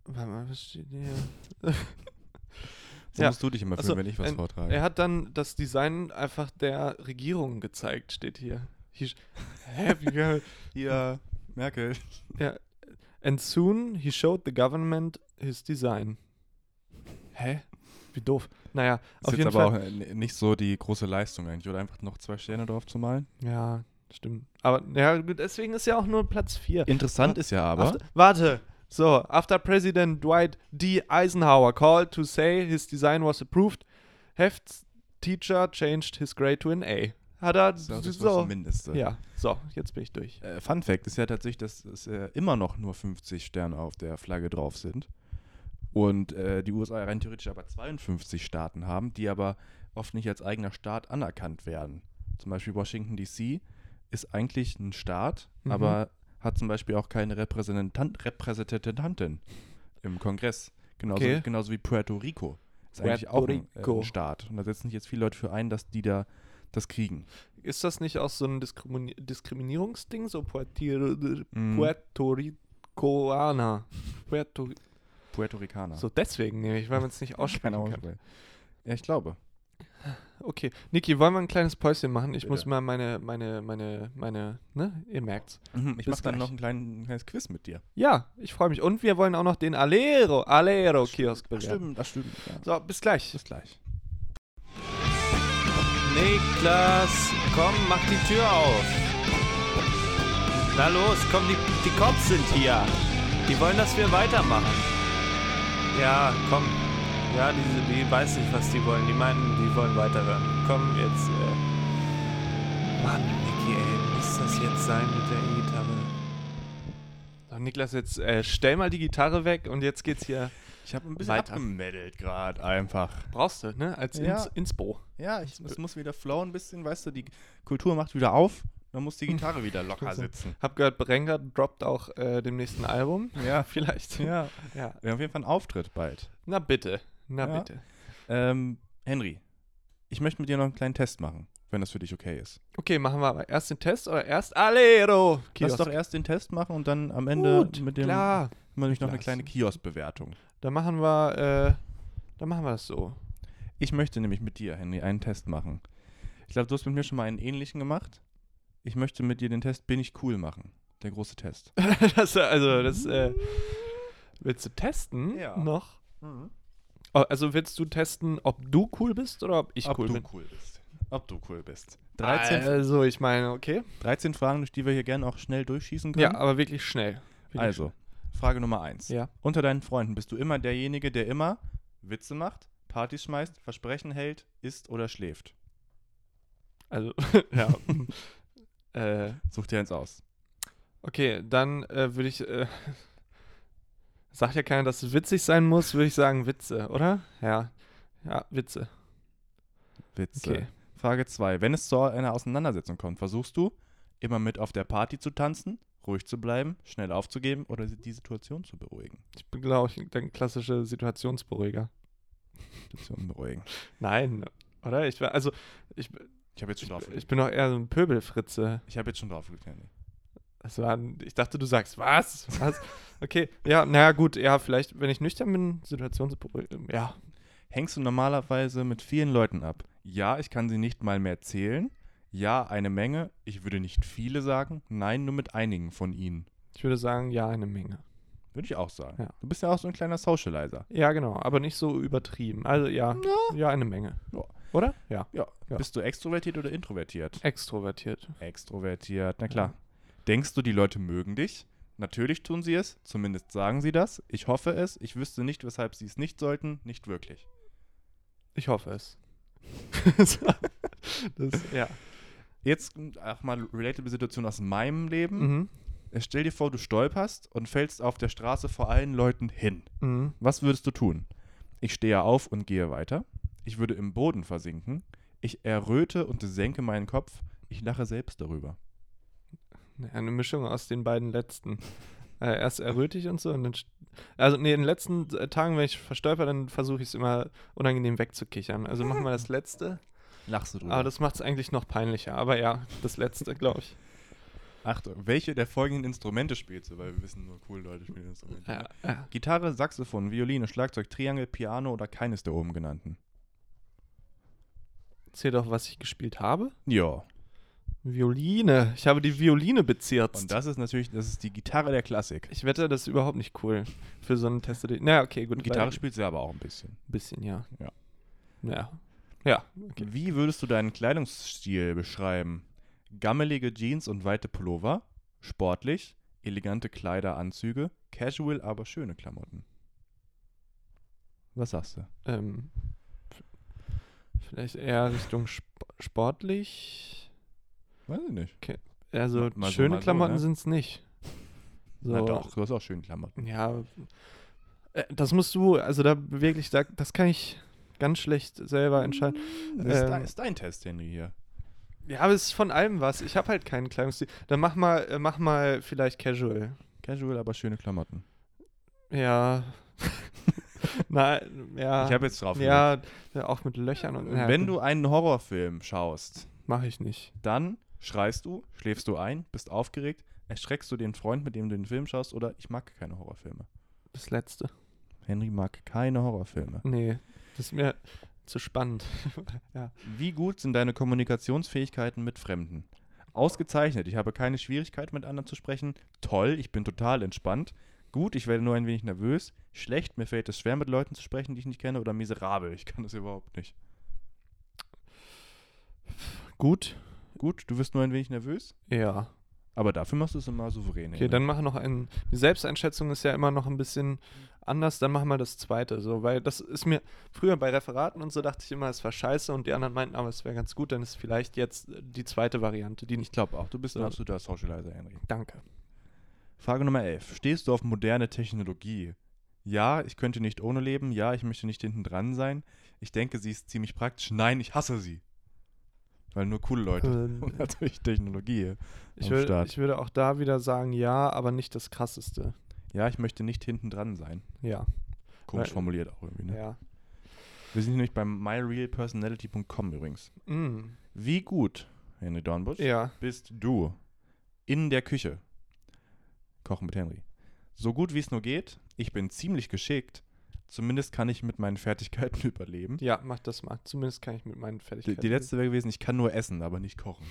warte mal, was steht hier? So Ja. musst du dich immer Ach fühlen, so, wenn ich was ähm, vortrage. er hat dann das Design einfach der Regierung gezeigt, steht hier. He, sh- Happy girl. Hier, Merkel. And soon he showed the government his design. Hä? Wie doof. Naja, Ist auf jetzt jeden aber Fall. auch äh, n- nicht so die große Leistung eigentlich. Oder einfach noch zwei Sterne drauf zu malen. Ja, stimmt. Aber ja, gut, deswegen ist ja auch nur Platz 4. Interessant ist ja aber, After, warte. So, after President Dwight D. Eisenhower called to say his design was approved, Heft's teacher changed his grade to an A. Hat er das ist so. so. das Mindeste. Ja, so, jetzt bin ich durch. Äh, Fun Fact ist ja tatsächlich, dass es äh, immer noch nur 50 Sterne auf der Flagge drauf sind. Und äh, die USA rein theoretisch aber 52 Staaten haben, die aber oft nicht als eigener Staat anerkannt werden. Zum Beispiel Washington DC ist eigentlich ein Staat, Mhm. aber hat zum Beispiel auch keine Repräsentant Repräsentantin im Kongress. Genauso, Okay. genauso wie Puerto Rico. Ist Puerto eigentlich auch ein, äh, Rico. ein Staat. Und da setzen sich jetzt viele Leute für ein, dass die da das kriegen. Ist das nicht auch so ein Diskrimi Diskriminierungsding? So Puerto, Mhm. Puerto Ricoana. Puerto, Puerto Ricaner. so deswegen nämlich, weil man es nicht aussprechen Keine Ahnung. kann. Ja, ich glaube. Okay, Niki, wollen wir ein kleines Päuschen machen? Ich muss Bitte. mal meine, meine, meine, meine, ne? Ihr merkt's. Mhm, Bis Ich mache dann gleich. noch ein, klein, ein kleines Quiz mit dir. Ja, ich freue mich. Und wir wollen auch noch den Alero, Alero-Kiosk bewerben. das stimmt. Ja. So, bis gleich. Bis gleich. Niklas, komm, mach die Tür auf. Na los, komm, die, die Cops sind hier. Die wollen, dass wir weitermachen. Ja, komm. Ja, die, die weiß nicht, was die wollen. Die meinten, die wollen weiterhören. Komm, jetzt. Äh. Mann, Niki, ey, muss das jetzt sein mit der E-Gitarre? So, Niklas, jetzt äh, stell mal die Gitarre weg und jetzt geht's hier. Ich habe ein bisschen abgemeddelt gerade einfach. Brauchst du, ne? Als Ja. Ins Inspo. Ja, ich, es muss wieder flowen ein bisschen, weißt du, die Kultur macht wieder auf, dann muss die Gitarre wieder locker sitzen. Hab gehört, Berenga droppt auch äh, dem nächsten Album. Ja, Vielleicht. ja. ja. Wir haben auf jeden Fall einen Auftritt bald. Na bitte. Na Ja. bitte. Ähm, Henry, ich möchte mit dir noch einen kleinen Test machen, wenn das für dich okay ist. Okay, machen wir aber erst den Test oder erst Alero. Lass Kiosk. doch erst den Test machen und dann am Ende Gut, mit dem Klar. mache ich noch eine Lass. kleine Kiosk-Bewertung. Dann machen wir, äh, dann machen wir das so. Ich möchte nämlich mit dir, Henry, einen Test machen. Ich glaube, du hast mit mir schon mal einen ähnlichen gemacht. Ich möchte mit dir den Test Bin ich cool machen. Der große Test. das, also, das, äh, willst du testen Ja. noch? Oh, Also willst du testen, ob du cool bist oder ob ich Ob cool du bin? cool bist. Ob du cool bist. 13, Also ich meine, okay. 13 Fragen, durch die wir hier gerne auch schnell durchschießen Ja, können. aber wirklich schnell. Wirklich also, Frage Nummer 1. Ja. Unter deinen Freunden bist du immer derjenige, der immer Witze macht, Partys schmeißt, Versprechen hält, isst oder schläft. Also, ja. äh, Such dir eins aus. okay, dann äh, würde ich. Äh, sagt ja keiner, dass es witzig sein muss, würde ich sagen Witze, oder? Ja. Ja, Witze. Witze. Okay. Frage 2. Wenn es zu einer Auseinandersetzung kommt, versuchst du, immer mit auf der Party zu tanzen, ruhig zu bleiben, schnell aufzugeben oder die Situation zu beruhigen? Ich bin, glaube ich, der klassische Situationsberuhiger. Situation beruhigen. Nein, oder? Ich, wär- also, ich, Ich habe jetzt schon ich, drauf. ich bin doch eher so ein Pöbelfritze. Ich habe jetzt schon drauf geklärt. Das war, ein- ich dachte, du sagst, was? Was? Okay, ja, naja, gut, ja, vielleicht, wenn ich nüchtern bin, Situationsberuhigung. Ja, Hängst du normalerweise mit vielen Leuten ab? Ja, ich kann sie nicht mal mehr zählen. Ja, eine Menge. Ich würde nicht viele sagen. Nein, nur mit einigen von ihnen. ich würde sagen, ja, eine Menge. Würde ich auch sagen. Ja. Du bist ja auch so ein kleiner Socializer. Ja, genau, aber nicht so übertrieben. Also, ja, ja, eine Menge. Ja. Oder? Ja. Ja. Ja. Bist du extrovertiert oder introvertiert? Extrovertiert. Extrovertiert, na klar. Denkst du, die Leute mögen dich? Natürlich tun sie es, zumindest sagen sie das. Ich hoffe es, ich wüsste nicht, weshalb sie es nicht sollten, nicht wirklich. Ich hoffe es. das, ja. Jetzt hm, auch mal relatable Situation aus meinem Leben. Mhm. Stell dir vor, du stolperst und fällst auf der Straße vor allen Leuten hin. Mhm. Was würdest du tun? Ich stehe auf und gehe weiter. Ich würde im Boden versinken. Ich erröte und senke meinen Kopf. Ich lache selbst darüber. Ne, Ja, Eine Mischung aus den beiden letzten. Äh, erst erröte ich und so. Und dann, st- also nee, in den letzten äh, Tagen, wenn ich verstolper, dann versuche ich es immer unangenehm wegzukichern. Also machen wir das letzte. Lachst du drüber. Aber das macht es eigentlich noch peinlicher. Aber ja, das letzte, glaube ich. Achtung, welche der folgenden Instrumente spielst du? Weil wir wissen, nur cool Leute spielen Instrumente. Ja, ja. Gitarre, Saxophon, Violine, Schlagzeug, Triangel, Piano oder keines der oben genannten? Zähl doch, was ich gespielt habe. Ja. Violine. Ich habe die Violine bezirzt. Und das ist natürlich, das ist die Gitarre der Klassik. Ich wette, das ist überhaupt nicht cool für so einen Tester. den- Naja, okay, gut. Gitarre weil- spielt sie aber auch ein bisschen. bisschen, ja. Ja. Ja. Ja. Wie würdest du deinen Kleidungsstil beschreiben? Gammelige Jeans und weite Pullover, sportlich, elegante Kleider, Anzüge, casual, aber schöne Klamotten. Was sagst du? Ähm, f- vielleicht eher Richtung sp sportlich. Weiß ich nicht. Also Mal so, mal schöne so, Klamotten ne? sind's sind es nicht. So, Na doch, du hast auch schöne Klamotten. Ja. Äh, Das musst du, also da wirklich, da, das kann ich ganz schlecht selber entscheiden. Das ist, Ähm, dein, ist dein Test, Henry, hier. Ja, aber es ist von allem was. Ich habe halt keinen Kleidungsstil. Dann mach mal, äh, mach mal vielleicht Casual. Casual, aber schöne Klamotten. Ja. Nein, ja. Ich habe jetzt drauf. ja, ja, auch mit Löchern und. Ja, geguckt. Wenn du einen Horrorfilm schaust, Mache ich nicht. dann schreist du, schläfst du ein, bist aufgeregt, erschreckst du den Freund, mit dem du den Film schaust, oder ich mag keine Horrorfilme. Das letzte. Henry mag keine Horrorfilme. Nee, das ist mir zu spannend. ja. Wie gut sind deine Kommunikationsfähigkeiten mit Fremden? Ausgezeichnet, ich habe keine Schwierigkeit, mit anderen zu sprechen. Toll, ich bin total entspannt. Gut, ich werde nur ein wenig nervös. Schlecht, mir fällt es schwer, mit Leuten zu sprechen, die ich nicht kenne. Oder miserabel, ich kann das überhaupt nicht. Gut? Gut, du wirst nur ein wenig nervös, Ja. aber dafür machst du es immer souverän. Okay, dann mach noch einen. Die Selbsteinschätzung ist ja immer noch ein bisschen anders. Dann machen wir das zweite. So, weil das ist mir. Früher bei Referaten und so dachte ich immer, es war scheiße und die anderen meinten, aber es wäre ganz gut. Dann ist vielleicht jetzt äh, die zweite Variante, die Ich nicht. glaube auch, du bist ein So. absoluter Socializer, Henry. Danke. Frage Nummer 11. Stehst du auf moderne Technologie? Ja, ich könnte nicht ohne leben. Ja, ich möchte nicht hinten dran sein. Ich denke, sie ist ziemlich praktisch. Nein, ich hasse sie. Weil nur coole Leute Ähm, und natürlich Technologie. Ich Am würde, Start. ich würde auch da wieder sagen, ja, aber nicht das krasseste. Ja, ich möchte nicht hinten dran sein. Ja, Komisch Weil- formuliert auch irgendwie. Ne? ja. Wir sind nämlich beim myrealpersonality.com übrigens. Mm, Wie gut, Henry Dornbusch, ja. bist du in der Küche. Kochen mit Henry. So gut wie es nur geht. Ich bin ziemlich geschickt. Zumindest kann ich mit meinen Fertigkeiten überleben. Ja, mach das mal. Zumindest kann ich mit meinen Die, Fertigkeiten. die letzte wäre gewesen, ich kann nur essen, aber nicht kochen.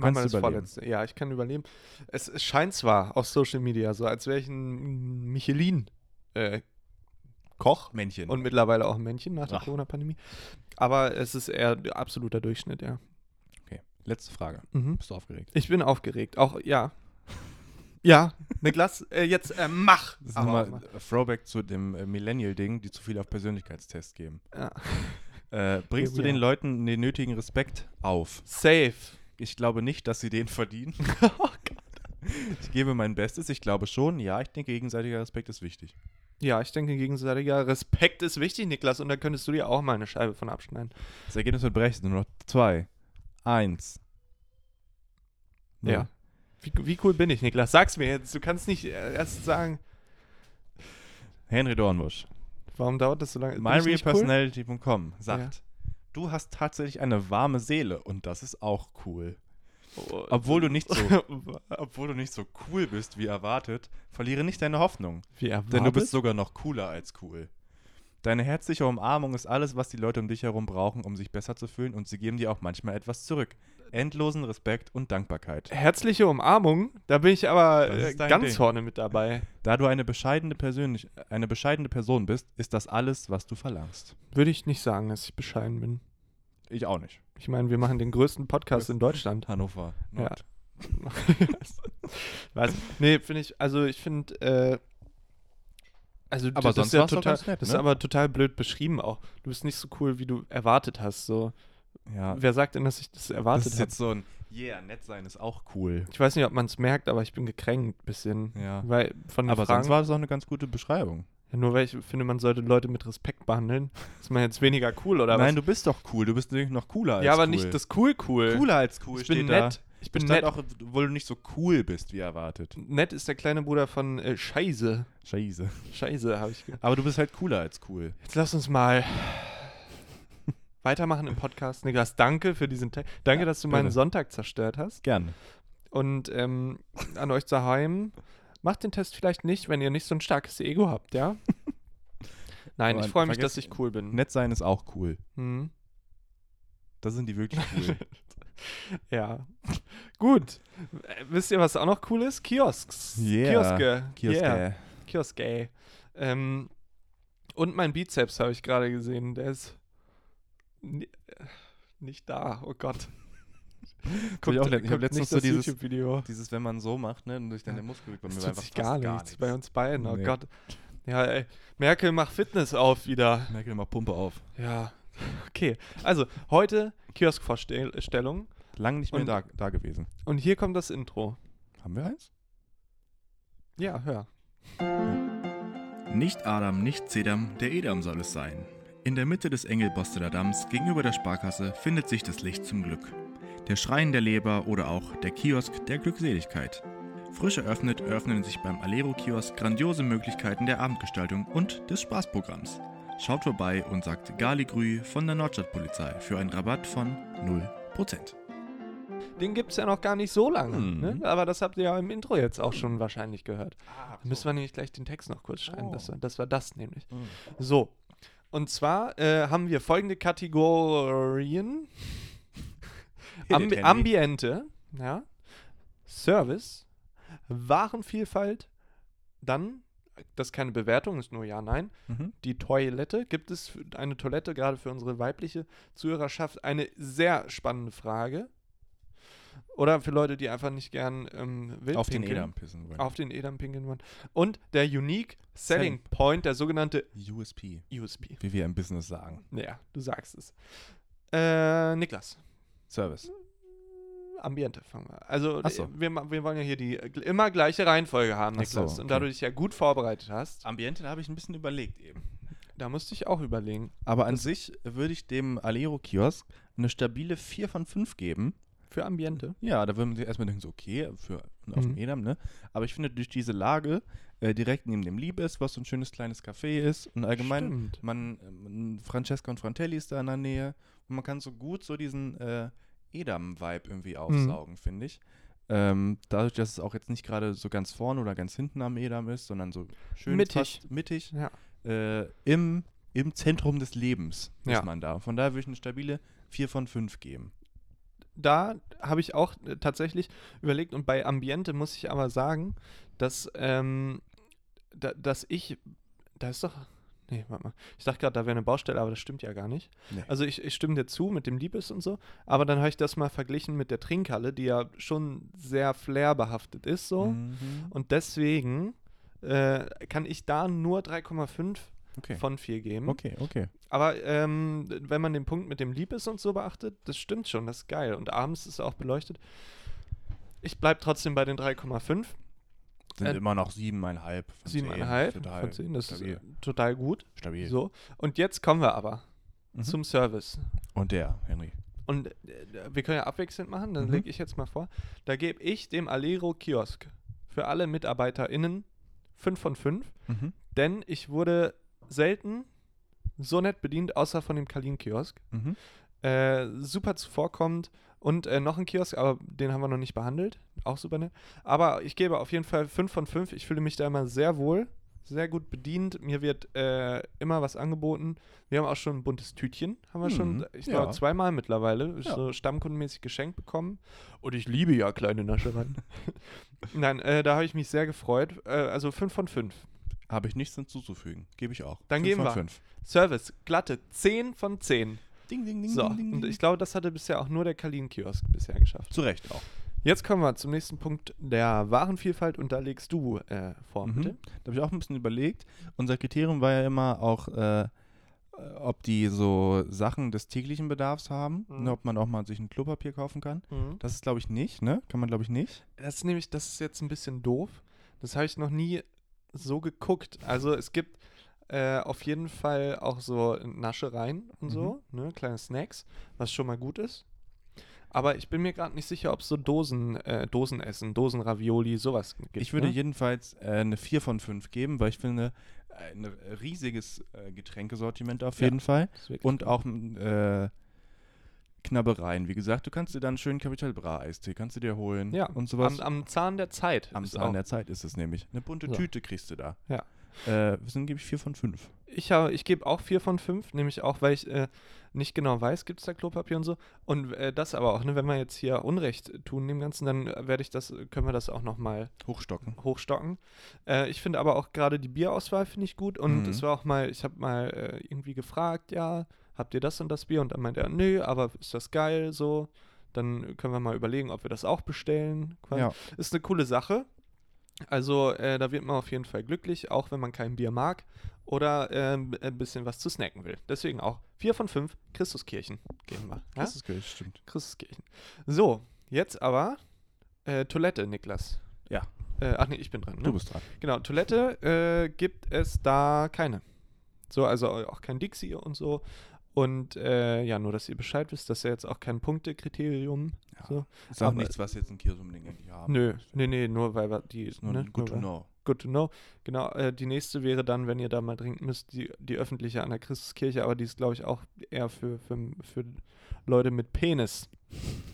Mach mal kannst das überleben. vorletzte. Ja, ich kann überleben. Es, es scheint zwar auf Social Media so, als wäre ich ein Michelin äh, Koch Männchen. und mittlerweile auch ein Männchen nach der Ach. Corona-Pandemie. Aber es ist eher absoluter Durchschnitt, ja. okay, letzte Frage. Mhm. Bist du aufgeregt? Ich bin aufgeregt. Auch, ja. Ja, Niklas, äh, jetzt äh, mach! Das ist Aber auch nochmal ein Throwback zu dem äh, Millennial-Ding, die zu viel auf Persönlichkeitstests geben. Ja. Äh, bringst Here we du den are. Leuten den nötigen Respekt auf? Safe. Oh Ich glaube nicht, dass sie den verdienen. Ich gebe mein Bestes, ich glaube schon. Ja, ich denke, gegenseitiger Respekt ist wichtig. Ja, ich denke, gegenseitiger Respekt ist wichtig, Niklas, und da könntest du dir auch mal eine Scheibe von abschneiden. Das Ergebnis wird berechnet. Nur noch zwei. Eins. Null. Ja. Wie, wie cool bin ich, Niklas? Sag's mir jetzt. Du kannst nicht äh, erst sagen, Henry Dornbusch. warum dauert das so lange? Bin ich nicht cool? MyRealPersonality.com sagt, du hast tatsächlich eine warme Seele und das ist auch cool. Oh, Obwohl du nicht so, Wie obwohl du nicht so cool bist, wie erwartet, verliere nicht deine Hoffnung. erwartet? Denn du bist sogar noch cooler als cool. Deine herzliche Umarmung ist alles, was die Leute um dich herum brauchen, um sich besser zu fühlen und sie geben dir auch manchmal etwas zurück. Endlosen Respekt und Dankbarkeit. Herzliche Umarmung, da bin ich aber Das äh, ist dein ganz Ding. vorne mit dabei. Da du eine bescheidene, Persönlich eine bescheidene Person bist, ist das alles, was du verlangst. Würde ich nicht sagen, dass ich bescheiden bin. Ich auch nicht. Ich meine, wir machen den größten Podcast in Deutschland. Hannover. Nord. Was? Nee, finde ich, also ich finde, äh, also Aber das, sonst ist ja war's doch total, ganz nett, das ist ne? aber total blöd beschrieben auch. Du bist nicht so cool, wie du erwartet hast. So. Ja. Wer sagt denn, dass ich das das erwartet ist habe? jetzt so ein Yeah, nett sein ist auch cool. Ich weiß nicht, ob man es merkt, aber ich bin gekränkt ein bisschen. Ja. Weil von den Aber Fragen, sonst war das auch eine ganz gute Beschreibung. ja, nur weil ich finde, man sollte Leute mit Respekt behandeln. Ist man jetzt weniger cool oder Nein, was? du bist doch cool. Du bist natürlich noch cooler als ja, aber cool. nicht das cool cool. Cooler als cool ich bin steht da. nett. Ich bin Bestand nett. auch, obwohl du nicht so cool bist, wie erwartet. Nett ist der kleine Bruder von äh, Scheiße. Scheiße. Scheiße, habe ich gedacht. Aber du bist halt cooler als cool. Jetzt lass uns mal weitermachen im Podcast. Niklas, danke für diesen Text. Danke, dass du meinen bitte. Sonntag zerstört hast. Gerne. Und ähm, an euch daheim, macht den Test vielleicht nicht, wenn ihr nicht so ein starkes Ego habt, ja? Nein, Aber ich freue mich, dass vergesst- ich cool bin. Nett sein ist auch cool. Hm. Das sind die wirklich cool. Ja. Gut. Äh, Wisst ihr, was auch noch cool ist? Kiosks. Yeah. Kioske. Kioske. Yeah. Kioske. Ähm, und mein Bizeps habe ich gerade gesehen. Der ist ni- äh, nicht da. Oh Gott. Hab ich auch le- ich hab guckt letztens nicht so das dieses- YouTube-Video. Dieses, wenn man so macht, ne, und durch deine Muskel bewegt, bei Es mir tut war einfach sich gar fast nichts, bei uns beiden. Oh Nee. Gott. Ja, ey. Merkel, mach Fitness auf wieder. Merkel mal Pumpe auf. Ja. Okay. Also, heute Kioskvorstellung. Lang nicht mehr Und- da, da gewesen. Und hier kommt das Intro. Haben wir eins? Ja, hör. Nicht Adam, nicht Zedam, der Edam soll es sein. In der Mitte des Engelbosteler Dams gegenüber der Sparkasse findet sich das Licht zum Glück. Der Schrein der Leber oder auch der Kiosk der Glückseligkeit. Frisch eröffnet öffnen sich beim Alero-Kiosk grandiose Möglichkeiten der Abendgestaltung und des Spaßprogramms. Schaut vorbei und sagt Galigrü von der Nordstadtpolizei für einen Rabatt von 0%. Den gibt es ja noch gar nicht so lange. Mhm. Ne? Aber das habt ihr ja im Intro jetzt auch schon wahrscheinlich gehört. Ah, da müssen wir nämlich gleich den Text noch kurz schreiben. Oh. Das, war- das war das nämlich. Mhm. So. Und zwar äh, haben wir folgende Kategorien: der Ambi Candy. Ambiente, ja, Service, Warenvielfalt, dann, das ist keine Bewertung, ist nur Ja, Nein, Mhm. die Toilette. Gibt es für- eine Toilette gerade für unsere weibliche Zuhörerschaft? Eine sehr spannende Frage. Oder für Leute, die einfach nicht gern ähm, wild Auf den pinkeln. Edam pissen wollen. Auf den Edam pinkeln wollen. Und der Unique Selling Point, der sogenannte USP. USP. Wie wir im Business sagen. Ja, du sagst es. Äh, Niklas, Service. Ambiente fangen wir. Also, Ach so. wir, ma- wir wollen ja hier die äh, gl- immer gleiche Reihenfolge haben, Ach so, Niklas. Und da du okay. dich ja gut vorbereitet hast, Ambiente, da habe ich ein bisschen überlegt eben. da musste ich auch überlegen. Aber an sich würde ich dem Alero-Kiosk eine stabile 4 von 5 geben. Für Ambiente. Ja, da würden sie erstmal denken, so, okay, für auf Mhm. dem Edam, ne? Aber ich finde, durch diese Lage, äh, direkt neben dem Liebes, was so ein schönes kleines Café ist und allgemein, Stimmt. man, äh, man, Francesca und Frantelli ist da in der Nähe und man kann so gut so diesen äh, Edam-Vibe Mhm. irgendwie aufsaugen, finde ich. Ähm, dadurch, dass es auch jetzt nicht gerade so ganz vorne oder ganz hinten am Edam ist, sondern so schön Mittig. fast mittig Ja. äh, im, im Zentrum des Lebens ist Ja. man da. Von daher würde ich eine stabile 4 von 5 geben. da habe ich auch äh, tatsächlich überlegt und bei Ambiente muss ich aber sagen, dass, ähm, da, dass ich, da ist doch, nee, warte mal, ich dachte gerade, da wäre eine Baustelle, aber das stimmt ja gar nicht. Nee. Also ich, ich stimme dir zu mit dem Liebes und so, aber dann habe ich das mal verglichen mit der Trinkhalle, die ja schon sehr flairbehaftet ist so Mhm. und deswegen äh, kann ich da nur 3,5 Okay. von 4 geben. Okay, okay. Aber ähm, wenn man den Punkt mit dem Lieb ist und so beachtet, das stimmt schon, das ist geil. Und abends ist es auch beleuchtet. Ich bleibe trotzdem bei den 3,5, Sind Äh, immer noch siebeneinhalb. von zehn. 7,5 Total von 10. Das ist stabil. äh, total gut. stabil. So. Und jetzt kommen wir aber Mhm. zum Service. Und der, Henry. Und äh, wir können ja abwechselnd machen, dann Mhm. lege ich jetzt mal vor. Da gebe ich dem Alero Kiosk für alle MitarbeiterInnen 5 von 5, Mhm. denn ich wurde selten so nett bedient, außer von dem Kalin-Kiosk. Mhm. äh, super zuvorkommt. Und äh, noch ein Kiosk, aber den haben wir noch nicht behandelt. Auch super nett. Aber ich gebe auf jeden Fall 5 von 5. Ich fühle mich da immer sehr wohl, sehr gut bedient. Mir wird äh, immer was angeboten. Wir haben auch schon ein buntes Tütchen. Haben wir Mhm, schon, ich ja. glaube, zweimal mittlerweile Ja. so stammkundenmäßig geschenkt bekommen. Und ich liebe ja kleine Naschereien. Nein, äh, da habe ich mich sehr gefreut. Äh, also 5 von 5. Habe ich nichts hinzuzufügen. Gebe ich auch. Dann Fünf geben von wir. Fünf. Service, glatte 10 von 10. Ding, ding, ding, So, ding, ding, und ding. ich glaube, das hatte bisher auch nur der Kalin-Kiosk bisher geschafft. Zu Recht auch. Jetzt kommen wir zum nächsten Punkt der Warenvielfalt und da legst du äh, vor, Mhm. bitte. Da habe ich auch ein bisschen überlegt. Unser Kriterium war ja immer auch, äh, äh, ob die so Sachen des täglichen Bedarfs haben. Mhm. Ne, ob man auch mal sich ein Klopapier kaufen kann. Das ist, glaube ich, nicht, ne? Kann man, glaube ich, nicht. Das ist nämlich, das ist jetzt ein bisschen doof. Das habe ich noch nie so geguckt. Also es gibt äh, auf jeden Fall Mhm. auch so Naschereien und so, ne, kleine Snacks, was schon mal gut ist. Aber ich bin mir gerade nicht sicher, ob es so Dosen, äh, Dosenessen, Dosenravioli, sowas gibt. Ich würde ne? jedenfalls äh, eine 4 von 5 geben, weil ich finde, äh, ein riesiges äh, Getränkesortiment auf Ja. jeden Fall. Ist wirklich Und gut. auch m, äh, Knabbereien. Wie gesagt, du kannst dir dann einen schönen Capital Bra Eistee, kannst du dir holen ja, und sowas. Am, am Zahn der Zeit. Am ist Zahn auch- der Zeit ist es nämlich. Eine bunte So. Tüte kriegst du da. Ja. Äh, deswegen gebe ich 4 von 5. Ich, habe- ich gebe auch 4 von 5, nämlich auch, weil ich äh, nicht genau weiß, gibt es da Klopapier und so. Und äh, das aber auch, ne, wenn wir jetzt hier Unrecht tun dem Ganzen, dann äh, werde ich das, können wir das auch nochmal Hochstocken. hochstocken. Äh, ich finde aber auch gerade die Bierauswahl finde ich gut und Mhm. es war auch mal, ich habe mal äh, irgendwie gefragt, ja, habt ihr das und das Bier? Und dann meint er, nö, aber ist das geil so? Dann können wir mal überlegen, ob wir das auch bestellen. quasi. Ja. Ist eine coole Sache. Also äh, da wird man auf jeden Fall glücklich, auch wenn man kein Bier mag oder ähm, ein bisschen was zu snacken will. Deswegen auch 4 von 5 Christuskirchen gehen wir. Ja? ist geil, stimmt. Christuskirchen. So, jetzt aber äh, Toilette, Niklas. Ja. Äh, ach nee, ich bin dran. Ne? Du bist dran. Genau, Toilette äh, gibt es da keine. So, also auch kein Dixie und so. Und äh, ja, nur, dass ihr Bescheid wisst, dass ja jetzt auch kein Punktekriterium. Ja. So. Ist auch Aber- nichts, was jetzt ein Kiosk unbedingt eigentlich haben. Nö, nee, nee, nur weil wir die. Ist nur ne, ein good to weil- know. Good to know. Genau, äh, die nächste wäre dann, wenn ihr da mal trinken müsst, die, die öffentliche an der Christuskirche, aber die ist, glaube ich, auch eher für, für, für Leute mit Penis.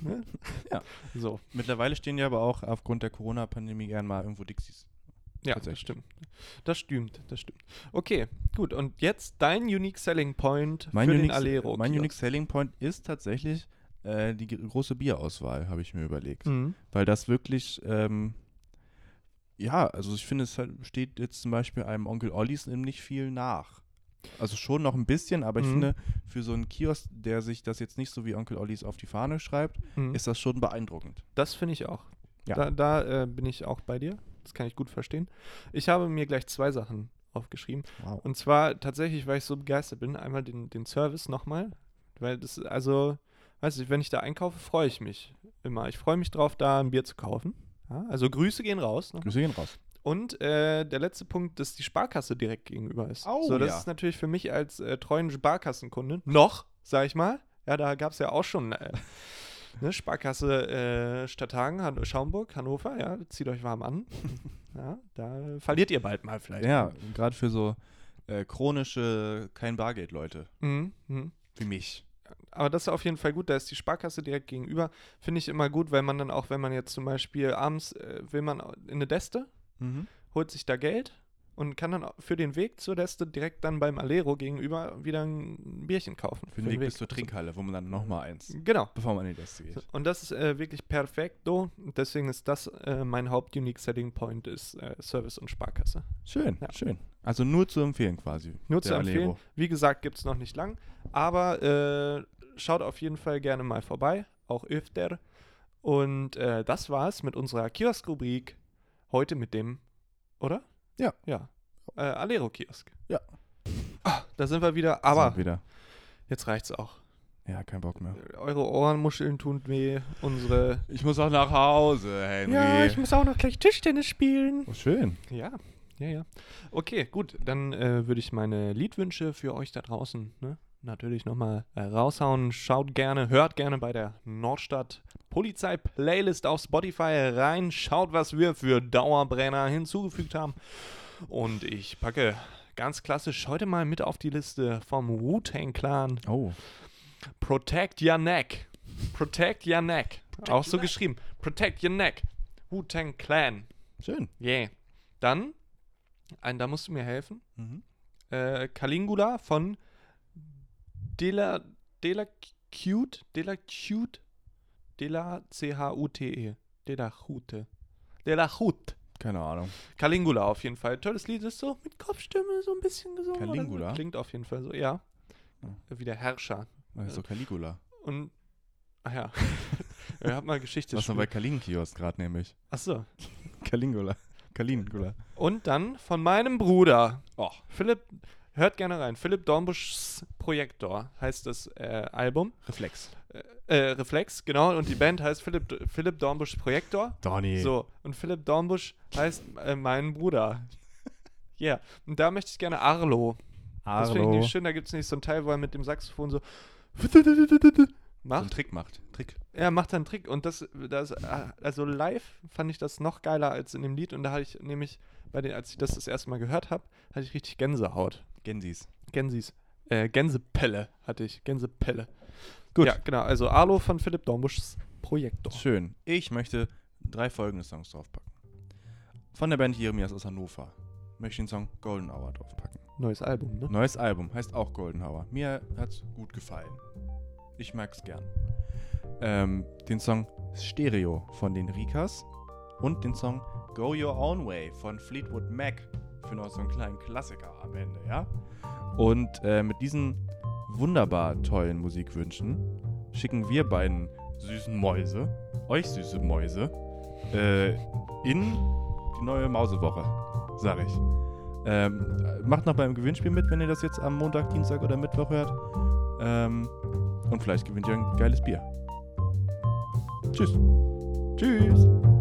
Ne? Ja. So. Mittlerweile stehen ja aber auch aufgrund der Corona-Pandemie gern mal irgendwo Dixies. Ja, das Tatsächlich. stimmt. Das stimmt, das stimmt. Okay, gut. Und jetzt dein Unique Selling Point für den Alero. mein Kiosk. unique Selling Point ist tatsächlich äh, die gr- große Bierauswahl, habe ich mir überlegt. Mhm. Weil das wirklich, ähm, ja, also ich finde, es halt steht jetzt zum Beispiel einem Onkel Ollis eben nicht viel nach. Also schon noch ein bisschen, aber ich Mhm. finde, für so einen Kiosk, der sich das jetzt nicht so wie Onkel Ollis auf die Fahne schreibt, Mhm. ist das schon beeindruckend. das finde ich auch. Ja. Da, da äh, bin ich auch bei dir. Das kann ich gut verstehen. Ich habe mir gleich zwei Sachen aufgeschrieben. Wow. Und zwar tatsächlich, weil ich so begeistert bin, einmal den, den Service nochmal. Weil das, also, weiß ich, wenn ich da einkaufe, freue ich mich immer. Ich freue mich drauf, da ein Bier zu kaufen. Ja, also Grüße gehen raus. nochmal. Grüße gehen raus. Und äh, der letzte Punkt, dass die Sparkasse direkt gegenüber ist. Oh, so, das ja. ist natürlich für mich als äh, treuen Sparkassenkunde noch, sag ich mal. Ja, da gab es ja auch schon äh, ne, Sparkasse äh, Stadthagen, Han Schaumburg, Hannover. Ja, zieht euch warm an. ja, da verliert ihr bald mal vielleicht. Ja, gerade für so äh, chronische kein Bargeld Leute Mhm, mhm. wie mich. aber das ist auf jeden Fall gut. Da ist die Sparkasse direkt gegenüber. Finde ich immer gut, weil man dann auch, wenn man jetzt zum Beispiel abends äh, will man in eine Deste, holt sich da Geld und kann dann au- für den Weg zur Deste direkt dann beim Alero gegenüber wieder ein Bierchen kaufen. Für den Weg bis zur Trinkhalle, wo man dann nochmal eins, Genau. bevor man in die Deste geht. Und das ist äh, wirklich perfekto. Deswegen ist das äh, mein Haupt-Unique-Setting-Point, ist äh, Service und Sparkasse. Schön, Ja. schön. Also nur zu empfehlen quasi. Nur zu der empfehlen. Alero. Wie gesagt, gibt es noch nicht lang, aber äh, schaut auf jeden Fall gerne mal vorbei, auch öfter. Und äh, das war's mit unserer Kiosk-Rubrik. Heute mit dem, oder? Ja. Ja. Äh, Alero-Kiosk. Ja. Ah, da sind wir wieder, Sind aber wieder. jetzt reicht's auch. Ja, kein Bock mehr. Eure Ohrenmuscheln tun weh, unsere. Ich muss auch nach Hause, Henry. muss auch noch gleich Tischtennis spielen. oh, schön. Ja, ja, ja. Okay, gut, dann äh, würde ich meine Liedwünsche für euch da draußen ne, natürlich nochmal äh, raushauen. Schaut gerne, hört gerne bei der Nordstadt Polizei Playlist auf Spotify rein. Schaut, was wir für Dauerbrenner hinzugefügt haben. Und ich packe ganz klassisch heute mal mit auf die Liste vom Wu-Tang Clan Oh. Protect your neck. Protect your neck. Auch so geschrieben. Protect your neck. Wu-Tang Clan. Schön. Yeah. Dann, ein, da musst du mir helfen. Mhm. Äh, Kalingula von Dela, Dela Cute, Dela Cute, Dela C-H-U-T-E, E, Dela Chute. Dela Chut. Keine Ahnung. Kalingula auf jeden Fall. Tolles Lied ist so mit Kopfstimme so ein bisschen gesungen. oder so. Kalingula? Klingt auf jeden Fall so, ja. Wie der Herrscher. Also Caligula. Und, ach ja. Ihr habt mal Geschichte. Was war bei Kalinkiosk gerade nämlich? Achso. Kalingula. Kalingula. Und dann von meinem Bruder. Philipp, hört gerne rein. Philipp Dornbuschs Projektor heißt das äh, Album. Reflex. Äh, Reflex, genau. Und die Band heißt Philipp, Philipp Dornbuschs Projektor. Donny. So, und Philipp Dornbusch heißt äh, mein Bruder. Ja, yeah. und da möchte ich gerne Arlo. Das finde ich Arlo. nämlich schön, da gibt es nicht so ein Teil, wo er mit dem Saxophon so So einen macht. Trick macht. Trick. Er macht dann Trick und das, das, also live fand ich das noch geiler als in dem Lied und da hatte ich nämlich, bei den, als ich das das erste Mal gehört habe, hatte ich richtig Gänsehaut. Gensis. Gänsis. Äh, Gänsepelle hatte ich. Gänsepelle. Gut. Ja, genau. Also Arlo von Philipp Dornbuschs Projektor. Schön. Ich möchte drei folgende Songs draufpacken. Von der Band Jeremias aus Hannover möchte ich den Song Golden Hour draufpacken. Neues Album, ne? Neues Album, heißt auch Golden Hour. Mir hat's gut gefallen. Ich mag's gern. Ähm, den Song Stereo von den Rikas und den Song Go Your Own Way von Fleetwood Mac für noch so einen kleinen Klassiker am Ende, ja? Und äh, mit diesen wunderbar tollen Musikwünschen schicken wir beiden süßen Mäuse, euch süße Mäuse, äh, in die neue Mausewoche, sag ich. Ähm, macht noch beim Gewinnspiel mit, wenn ihr das jetzt am Montag, Dienstag oder Mittwoch hört. Ähm, und vielleicht gewinnt ihr ein geiles Bier. Tschüss. Tschüss.